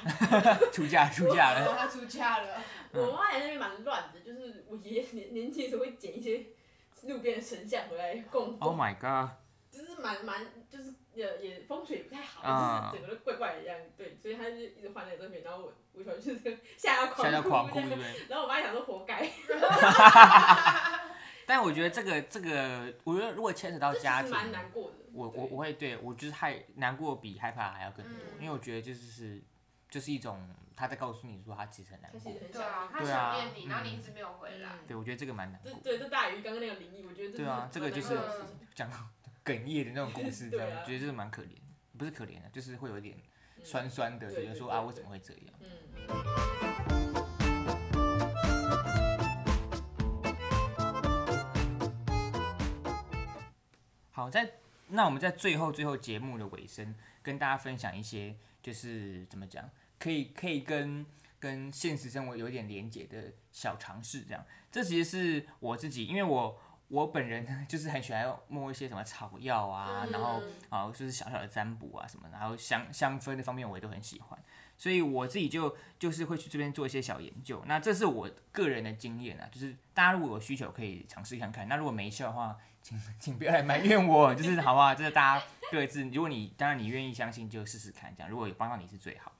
Speaker 1: 出嫁出嫁
Speaker 2: 然后
Speaker 1: 了，
Speaker 2: 他出嫁了，
Speaker 3: 我妈娘那边蛮乱的，就是我爷爷年年轻的时候会捡一些路边的神像回来供奉
Speaker 1: Oh my god！
Speaker 3: 就是蛮蛮就是也也风水也不太好，
Speaker 1: 啊
Speaker 3: 就是整个都怪怪的这样，对，所以他就一直换那个东西，然后我我小舅就是 吓到
Speaker 1: 吓
Speaker 3: 狂
Speaker 1: 到
Speaker 3: 哭
Speaker 1: 狂哭，
Speaker 3: 这
Speaker 1: 对不
Speaker 3: 样
Speaker 1: 对？
Speaker 3: 然后我妈想说活该，
Speaker 1: 但我觉得这个这个，我觉得如果牵扯到
Speaker 3: 这其
Speaker 1: 哦家
Speaker 3: 实
Speaker 1: 庭，
Speaker 3: 蛮难过的。
Speaker 1: 我
Speaker 3: 对
Speaker 1: 我我会对我就是害难过比害怕还要更多，
Speaker 2: 嗯
Speaker 1: 因为我觉得就是是就是一种他在告诉你说他其实很难
Speaker 3: 他
Speaker 1: 过
Speaker 3: 其，实很
Speaker 2: 对
Speaker 3: 想嗯
Speaker 2: 啊，他
Speaker 1: 对
Speaker 2: 想
Speaker 1: 啊
Speaker 2: 念你，然后
Speaker 1: 嗯
Speaker 2: 你一直没有回来。
Speaker 1: 对我觉得这个蛮难
Speaker 3: 这
Speaker 1: 过，
Speaker 3: 对，这大于刚刚那个灵异，我觉得这
Speaker 1: 对啊，这
Speaker 3: 这
Speaker 1: 个就是
Speaker 2: 难过的
Speaker 1: 讲哽咽的那种 故事，这
Speaker 3: 对
Speaker 1: 样
Speaker 3: 啊
Speaker 1: 觉得就是蛮可怜，不是可怜的，就是会有点酸
Speaker 3: 酸。
Speaker 1: 酸的，
Speaker 3: 对
Speaker 1: 觉得
Speaker 3: 对
Speaker 1: 说
Speaker 3: 对
Speaker 1: 啊
Speaker 3: 对
Speaker 1: 我怎么会这样？
Speaker 3: 嗯，
Speaker 1: 好，在那我们在最后最后节目的尾声，跟大家分享一些就是怎么讲，可以可以跟跟现实生活有点连结的小尝试，这样。这其实是我自己，因为我我本人 呢就是很喜欢摸一些什么草药啊，然后
Speaker 3: 嗯
Speaker 1: 啊就是小小的占卜啊什么，然后香香氛的方面我也都很喜欢，所以我自己就就是会去这边做一些小研究。那这是我个人的经验啊，就是大家如果有需求可以尝试看看，那如果没效的话，请请不要来埋怨我，就是好不好？这是大家各自，如果你当然你愿意相信就试试看，这样如果有帮到你是最好。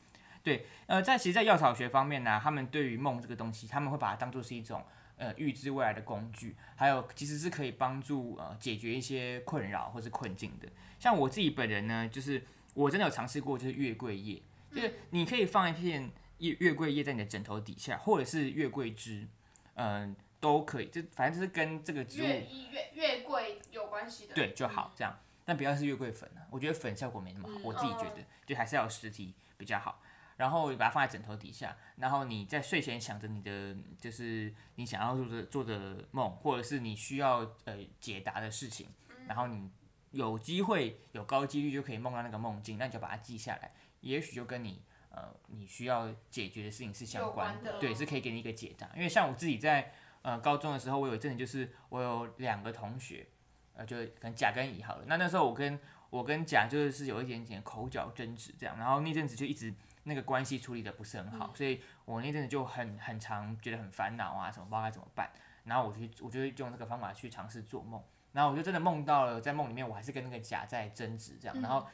Speaker 1: 对，呃，在其实，在药草学方面呢、他们对于梦这个东西，他们会把它当做是一种呃预知未来的工具，还有其实是可以帮助呃解决一些困扰或是困境的。像我自己本人呢，就是我真的有尝试过，就是月桂叶，就是你可以放一片月月桂叶在你的枕头底下，或者是月桂枝，嗯、都可以，就反正就是跟
Speaker 3: 嗯
Speaker 1: 这个植物
Speaker 2: 越一越越贵有关系的。
Speaker 1: 嗯
Speaker 2: 嗯
Speaker 1: 对就好这样。但不要是月桂粉啊，我觉得粉效果没那么好，
Speaker 3: 嗯
Speaker 1: 我自己觉
Speaker 2: 哦
Speaker 1: 得就还是要有实体比较好。然后你把它放在枕头底下，然后你在睡前想着你的就是你想要做的做的梦，或者是你需要呃解答的事情，
Speaker 2: 嗯
Speaker 1: 然后你有机会有高几率就可以梦到那个梦境，那你就把它记下来，也许就跟你呃你需要解决的事情是相
Speaker 2: 有
Speaker 1: 关
Speaker 2: 关的
Speaker 1: 对，是可以给你一个解答。因为像我自己在呃高中的时候，我有一阵子就是我有两个同学，嗯、呃，就可能甲跟乙好了。那那时候我跟我跟甲就是是有一点点口角争执这样，然后那阵子就一直那个关系处理的不是很好，所以我那阵子就很很常觉得很烦恼啊，什么不知道该怎么办。然后我就我就用这个方法去尝试做梦，然后我就真的梦到了，在梦里面我还是跟那个甲在争执这样，然后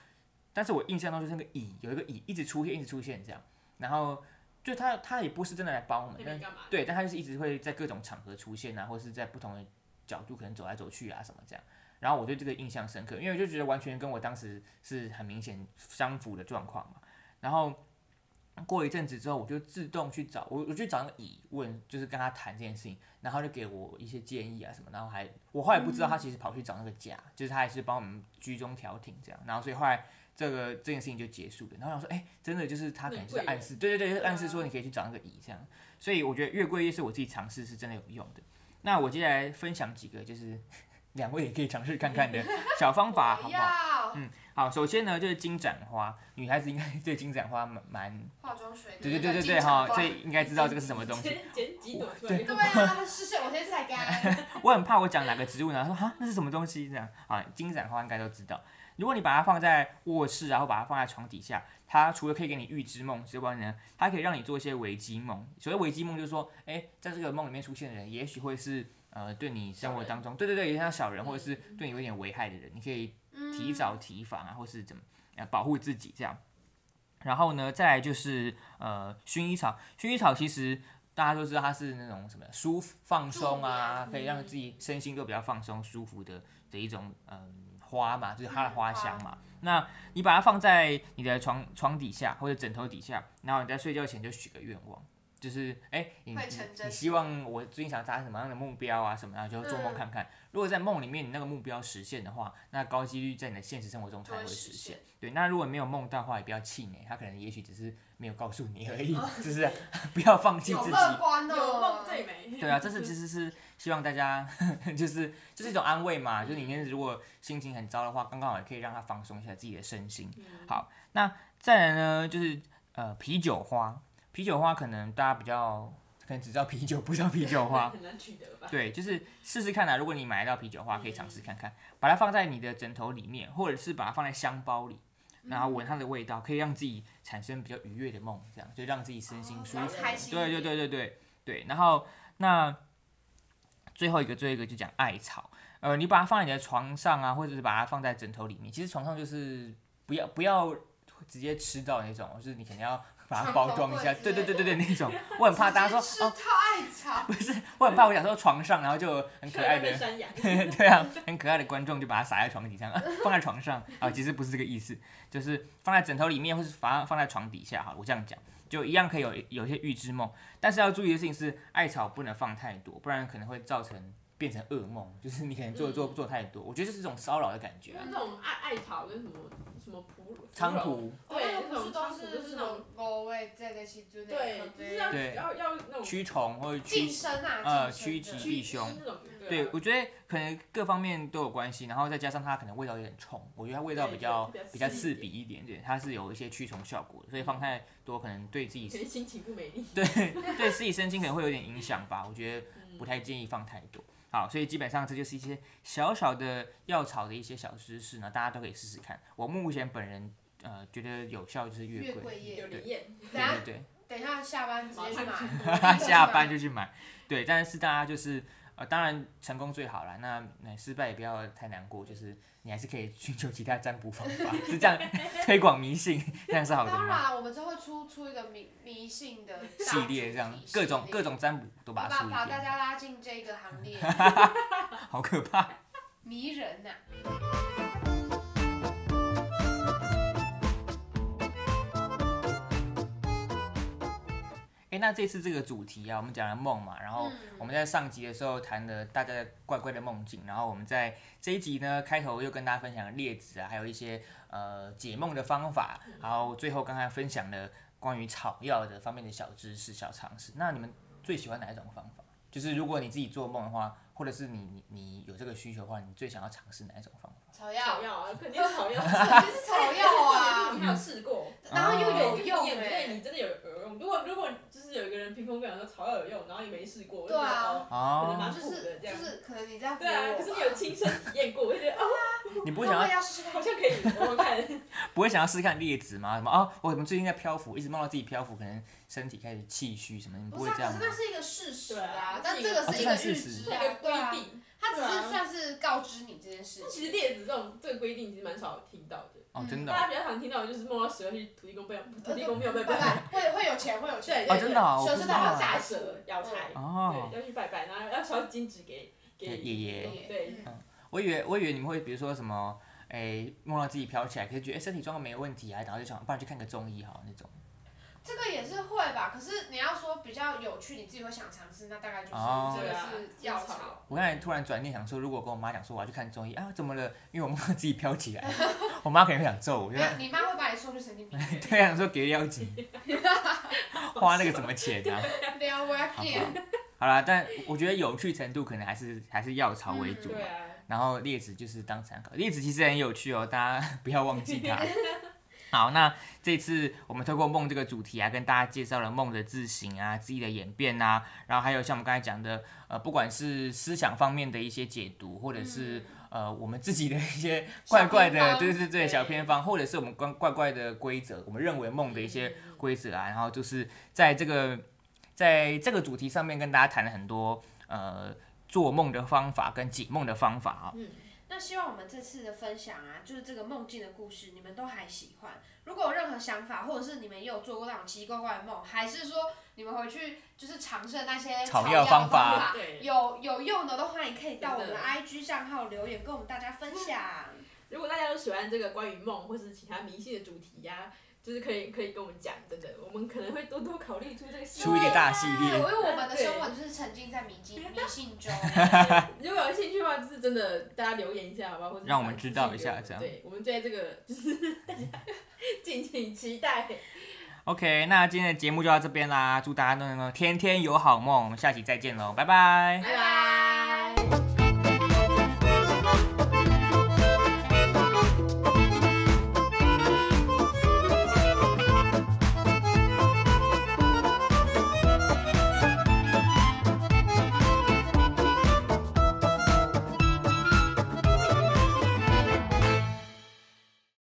Speaker 1: 但是我印象中就是那个乙有一个乙一直出现，一直出现这样，然后就他他也不是真的来帮我们，
Speaker 3: 那
Speaker 1: 但
Speaker 3: 你干嘛？
Speaker 1: 对，但他就是一直会在各种场合出现啊，或是在不同的角度可能走来走去啊什么这样。然后我对这个印象深刻，因为我就觉得完全跟我当时是很明显相符的状况嘛。然后过一阵子之后，我就自动去找我，我去找那个乙问，就是跟他谈这件事情，然后他就给我一些建议啊什么。然后还我后来不知道他其实跑去找那个甲，就是他也是帮我们居中调停这样。然后所以后来这个这件事情就结束了。然后我想说，哎，真的就是他可能就是暗示，对对对，就是暗示说你可以去找那个乙这样。所以我觉得月桂叶是我自己尝试是真的有用的。那我接下来分享几个，就是 两位也可以尝试看看的小方法，好不好？
Speaker 2: 我要
Speaker 1: 好，首先呢就是金盏花，女孩子应该 对金盏花蛮蛮，
Speaker 2: 化妆水。
Speaker 1: 对对对对
Speaker 2: 经
Speaker 1: 对
Speaker 2: 常
Speaker 1: 哈，
Speaker 2: 放
Speaker 1: 所以应该知道这个是什么东西。
Speaker 3: 剪剪几朵出来
Speaker 2: 对啊，是是，我先晒干。
Speaker 1: 我很怕我讲哪个植物呢，然后说哈那是什么东西这样啊，金盏花应该都知道。如果你把它放在卧室，然后把它放在床底下，它除了可以给你预知梦之外呢，它可以让你做一些危机梦。所谓危机梦，就是说，哎、在这个梦里面出现的人，也许会是呃对你生活当中，对对对，有点像小人，或者是对你有点危害的人，你可以提早提防啊，或是怎么呃保护自己这样。然后呢，再来就是呃薰衣草，薰衣草其实大家都知道它是那种什么舒服放松啊，
Speaker 2: 助眠
Speaker 1: 可以让自己身心都比较放松舒服的的一种嗯花嘛，就是它的花香嘛。那你把它放在你的床床底下或者枕头底下，然后你在睡觉前就许个愿望，就是哎你你
Speaker 2: 会成真
Speaker 1: 你希望我最近想达成什么样的目标啊什么，然后就做梦看看。如果在梦里面你那个目标实现的话，那高几率在你的现实生活中才
Speaker 2: 就会
Speaker 1: 会
Speaker 2: 实
Speaker 1: 实
Speaker 2: 现
Speaker 1: 现。对，那如果没有梦到的话，也不要气馁，他可能也许只是没有告诉你而已，就是 不要哦放弃
Speaker 2: 好
Speaker 1: 自己。
Speaker 2: 乐观哦。
Speaker 3: 有梦最美。
Speaker 1: 对啊，这是其实是希望大家 就是就是一种安慰嘛，就是你今天如果心情很糟的话，刚刚好也可以让他放松一下自己的身心。
Speaker 3: 嗯
Speaker 1: 好，那再来呢就是呃啤酒花，啤酒花可能大家比较可能只知道啤酒，不知道啤酒花。
Speaker 3: 很难取得吧？
Speaker 1: 对，就是试试看啦、啊如果你买得到啤酒的话，可以尝试看看，把它放在你的枕头里面，或者是把它放在香包里，然后闻它的味道，可以让自己产生比较愉悦的梦，这样就让自己身心舒
Speaker 2: 哦
Speaker 1: 服。
Speaker 2: 开心一
Speaker 1: 对
Speaker 2: 点
Speaker 1: 对对对对对。然后那最后一个最后一个就讲艾草，呃，你把它放在你的床上啊，或者是把它放在枕头里面。其实床上就是不要不要直接吃到那种，就是你肯定要把它
Speaker 2: 床
Speaker 1: 包
Speaker 2: 头
Speaker 1: 装一
Speaker 2: 柜
Speaker 1: 下。
Speaker 2: 之
Speaker 1: 对对
Speaker 2: 类
Speaker 1: 对对对，那种我很怕大家
Speaker 2: 直
Speaker 1: 说哦
Speaker 2: 接吃套艾草，
Speaker 1: 不是，我很怕我想说床上，然后就有很可爱的
Speaker 3: 被 山羊。
Speaker 1: 对啊，很可爱的观众就把它撒在床底下， 放在床上啊，其实不是这个意思，就是放在枕头里面，或是放放在床底下哈。我这样讲，就一样可以有有一些预知梦，但是要注意的事情是，艾草不能放太多，不然可能会造成变成噩梦，就是你可能做做做太多，我觉得这是一种骚扰的感 觉啊。
Speaker 3: 那种艾艾草跟什么什么蒲
Speaker 1: 菖
Speaker 3: 蒲
Speaker 1: 蒲
Speaker 2: 哦那个
Speaker 3: 对，
Speaker 2: 不是都
Speaker 3: 就是是
Speaker 2: 那
Speaker 3: 那种
Speaker 2: 种狗味在在其中
Speaker 3: 对，就是要
Speaker 1: 对
Speaker 3: 要要那种
Speaker 1: 驱虫或者驱
Speaker 2: 晋升啊，
Speaker 1: 呃
Speaker 2: 晋升
Speaker 1: 趋
Speaker 2: 的
Speaker 1: 吉避凶
Speaker 3: 那种啊
Speaker 1: 对，我觉得可能各方面都有关系，然后再加上它可能味道有点冲，我觉得它味道比较
Speaker 3: 对
Speaker 1: 比
Speaker 3: 比
Speaker 1: 较
Speaker 3: 较
Speaker 1: 刺
Speaker 3: 刺
Speaker 1: 鼻
Speaker 3: 鼻
Speaker 1: 一点点，它是有一些驱虫效果的，所以放太多可 能对自己
Speaker 3: 以前心情不美丽。
Speaker 1: 对对自己身心可能会有点影响吧，我觉得
Speaker 3: 嗯
Speaker 1: 不太建议放太多。好，所以基本上这就是一些小小的药草的一些小知识呢，大家都可以试试看。我目前本人呃觉得有效就是月
Speaker 2: 月
Speaker 1: 桂，
Speaker 2: 桂叶。
Speaker 3: 有灵验，
Speaker 2: 等
Speaker 1: 对
Speaker 2: 下
Speaker 1: 对对。
Speaker 2: 等一下下班直接去买
Speaker 1: 他，下班就去买。对，但是大家就是呃，当然成功最好啦，那那失败也不要太难过，就是你还是可以寻求其他占卜方法，是这样推广迷信，这样是好的
Speaker 2: 当
Speaker 1: 吗？
Speaker 2: 然，我们就会出出一个迷迷信的大
Speaker 1: 系列这样
Speaker 2: 主题，
Speaker 1: 各种
Speaker 2: 系列
Speaker 1: 各种占卜都
Speaker 2: 把
Speaker 1: 把它出
Speaker 2: 把
Speaker 1: 一
Speaker 2: 大
Speaker 1: 遍，
Speaker 2: 家拉进这个 行列，
Speaker 1: 好可怕。
Speaker 2: 迷人啊呐、
Speaker 1: 哎、那这次这个主题啊，我们讲了梦嘛，然
Speaker 2: 嗯
Speaker 1: 后我们在上集的时候谈了大家的怪怪的梦境，然后我们在这一集呢开头又跟大家分享了列子啊，还有一些呃解梦的方法，然后最后刚才分享了关于草药的方面的小知识、小常识。那你们最喜欢哪一种方法？就是如果你自己做梦的话，或者是你你你有这个需求的话，你最想要尝试哪一种方法？
Speaker 2: 草
Speaker 3: 草
Speaker 2: 药，
Speaker 3: 药啊，肯定是草药。
Speaker 2: 这是草药啊，
Speaker 3: 重点是 你没有试过，
Speaker 2: 然后又有
Speaker 3: 对
Speaker 2: 用
Speaker 3: 对
Speaker 2: 哎、
Speaker 3: 呃你真的有有用。如果如果就是有一个人凭空跟我说草药有用，然然后也没试过，我就
Speaker 2: 对
Speaker 3: 觉得
Speaker 2: 啊
Speaker 3: 哦，可能
Speaker 1: 哦，
Speaker 3: 蛮
Speaker 2: 就
Speaker 3: 苦
Speaker 2: 是
Speaker 3: 的这
Speaker 2: 就
Speaker 3: 样。
Speaker 2: 是可能你在
Speaker 3: 对啊，
Speaker 2: 唬我
Speaker 3: 可是你
Speaker 2: 吧
Speaker 3: 有亲身体验过，我就觉得哦，
Speaker 1: 你不
Speaker 2: 那
Speaker 1: 会想
Speaker 2: 我
Speaker 1: 要
Speaker 2: 也要试试
Speaker 3: 好
Speaker 2: 看。
Speaker 3: 像可以玩玩看。
Speaker 1: 不会想要试试看列子吗？什么啊？我怎么最近在漂浮，一直梦到自己漂浮，可能身体开始气虚什么，你不
Speaker 2: 不
Speaker 1: 会
Speaker 2: 是啊，
Speaker 1: 这样
Speaker 2: 可
Speaker 1: 吗
Speaker 2: 是？那是一个事实
Speaker 3: 对啊
Speaker 2: 啊，但
Speaker 3: 这
Speaker 2: 这
Speaker 3: 个
Speaker 2: 个
Speaker 1: 哦
Speaker 2: 是一
Speaker 1: 这
Speaker 2: 个
Speaker 1: 算事
Speaker 2: 预
Speaker 1: 实
Speaker 2: 知
Speaker 3: 这
Speaker 2: 啊，
Speaker 3: 个规
Speaker 2: 对啊，
Speaker 3: 定，
Speaker 2: 它只
Speaker 3: 对
Speaker 2: 是
Speaker 3: 啊
Speaker 2: 算是告知你这件事
Speaker 3: 那
Speaker 2: 情。
Speaker 3: 其实列子这种这个规定其实蛮少听到的。
Speaker 1: 哦，
Speaker 2: 嗯
Speaker 1: 真的
Speaker 3: 大
Speaker 1: 哦
Speaker 3: 家比较常听到的就是梦到蛇去土地公庙，土地公庙拜
Speaker 2: 呃拜
Speaker 3: 拜，
Speaker 2: 拜，会会有钱，会有
Speaker 3: 对
Speaker 2: 钱。
Speaker 3: 对
Speaker 1: 哦，真的哦，我
Speaker 2: 小
Speaker 1: 不
Speaker 2: 时
Speaker 1: 知
Speaker 2: 候
Speaker 1: 道
Speaker 2: 大
Speaker 3: 要
Speaker 2: 家
Speaker 1: 啊。
Speaker 3: 砸蛇、摇财，
Speaker 1: 哦，
Speaker 3: 对，要去拜拜，然后要烧金纸给
Speaker 1: 对
Speaker 3: 给
Speaker 1: 爷爷
Speaker 3: 对
Speaker 2: 嗯
Speaker 1: 我以为我以为你们会比如说什么，哎，梦到自己飘起来，可是觉得哎身体状况没问题啊，然后就想，不然去看个中医好了那种。
Speaker 2: 这个也是会吧，可是你要说比较有趣，你自己会想尝试，那大概就是
Speaker 1: 哦
Speaker 2: 这
Speaker 3: 对
Speaker 2: 个
Speaker 3: 啊
Speaker 2: 是药
Speaker 3: 草
Speaker 2: 草。
Speaker 1: 我刚才突然转念想说，如果我跟我妈讲说我要去看中医啊，怎么了？因为我梦到自己飘起来， 我妈可能会想揍我，就
Speaker 2: 没有，你妈会把你送去神经病院。
Speaker 1: 对啊，想说给药剂，花那个什么钱啊？
Speaker 2: 撩我要
Speaker 1: 好不好
Speaker 2: 见。？
Speaker 1: 好啦，但我觉得有趣程度可能还是还是药草为主
Speaker 3: 对
Speaker 1: 吧。
Speaker 3: 啊。
Speaker 1: 然后列子就是当参考，列子其实很有趣哦，大家 不要忘记 它。好，那这次我们透过梦这个主题啊，跟大家介绍了梦的自省啊、记忆的演变啊，然后还有像我们刚才讲的，呃，不管是思想方面的一些解读，或者是、呃我们自己的一些怪怪
Speaker 2: 嗯小偏
Speaker 1: 的，
Speaker 2: 方
Speaker 1: 对对对，
Speaker 3: 对
Speaker 1: 小偏方，或者是我们怪怪怪的规则，我们认为梦的一些
Speaker 2: 嗯
Speaker 1: 规则啊，然后就是在这个在这个主题上面跟大家谈了很多呃做梦的方法跟解梦的方法啊、
Speaker 3: 嗯
Speaker 2: 那希望我们这次的分享啊，就是这个梦境的故事，你们都还喜欢。如果有任何想法，或者是你们也有做过那种奇奇怪怪的梦，还是说你们回去就是尝试那些
Speaker 1: 草
Speaker 2: 草
Speaker 1: 药
Speaker 2: 药
Speaker 1: 方
Speaker 2: 方
Speaker 1: 法
Speaker 3: 对
Speaker 2: 有有用的的话，你可以到我们的
Speaker 3: 真
Speaker 2: IG 账号留言，跟我们大家分享。
Speaker 3: 如果大家都喜欢这个关于梦或是其他迷信的主题呀、就是可以可以跟我们讲，真的，我们可能会多多考虑出这个系
Speaker 1: 出一个
Speaker 3: 列。
Speaker 1: 大系
Speaker 2: 对，因啊
Speaker 1: 列，
Speaker 2: 为我们的生活就是沉浸在迷境迷信中。
Speaker 3: 如果有兴趣的话，就是真的大家留言一下好不好？或者
Speaker 1: 让我们知道一下这
Speaker 3: 私信
Speaker 1: 样
Speaker 3: 给我们对，我们对这个就是大家 敬请期待。
Speaker 1: 哎 OK，那今天的节目就到这边啦，祝大家都能够天天有好梦，我们下期再见喽，拜拜。
Speaker 3: 拜拜。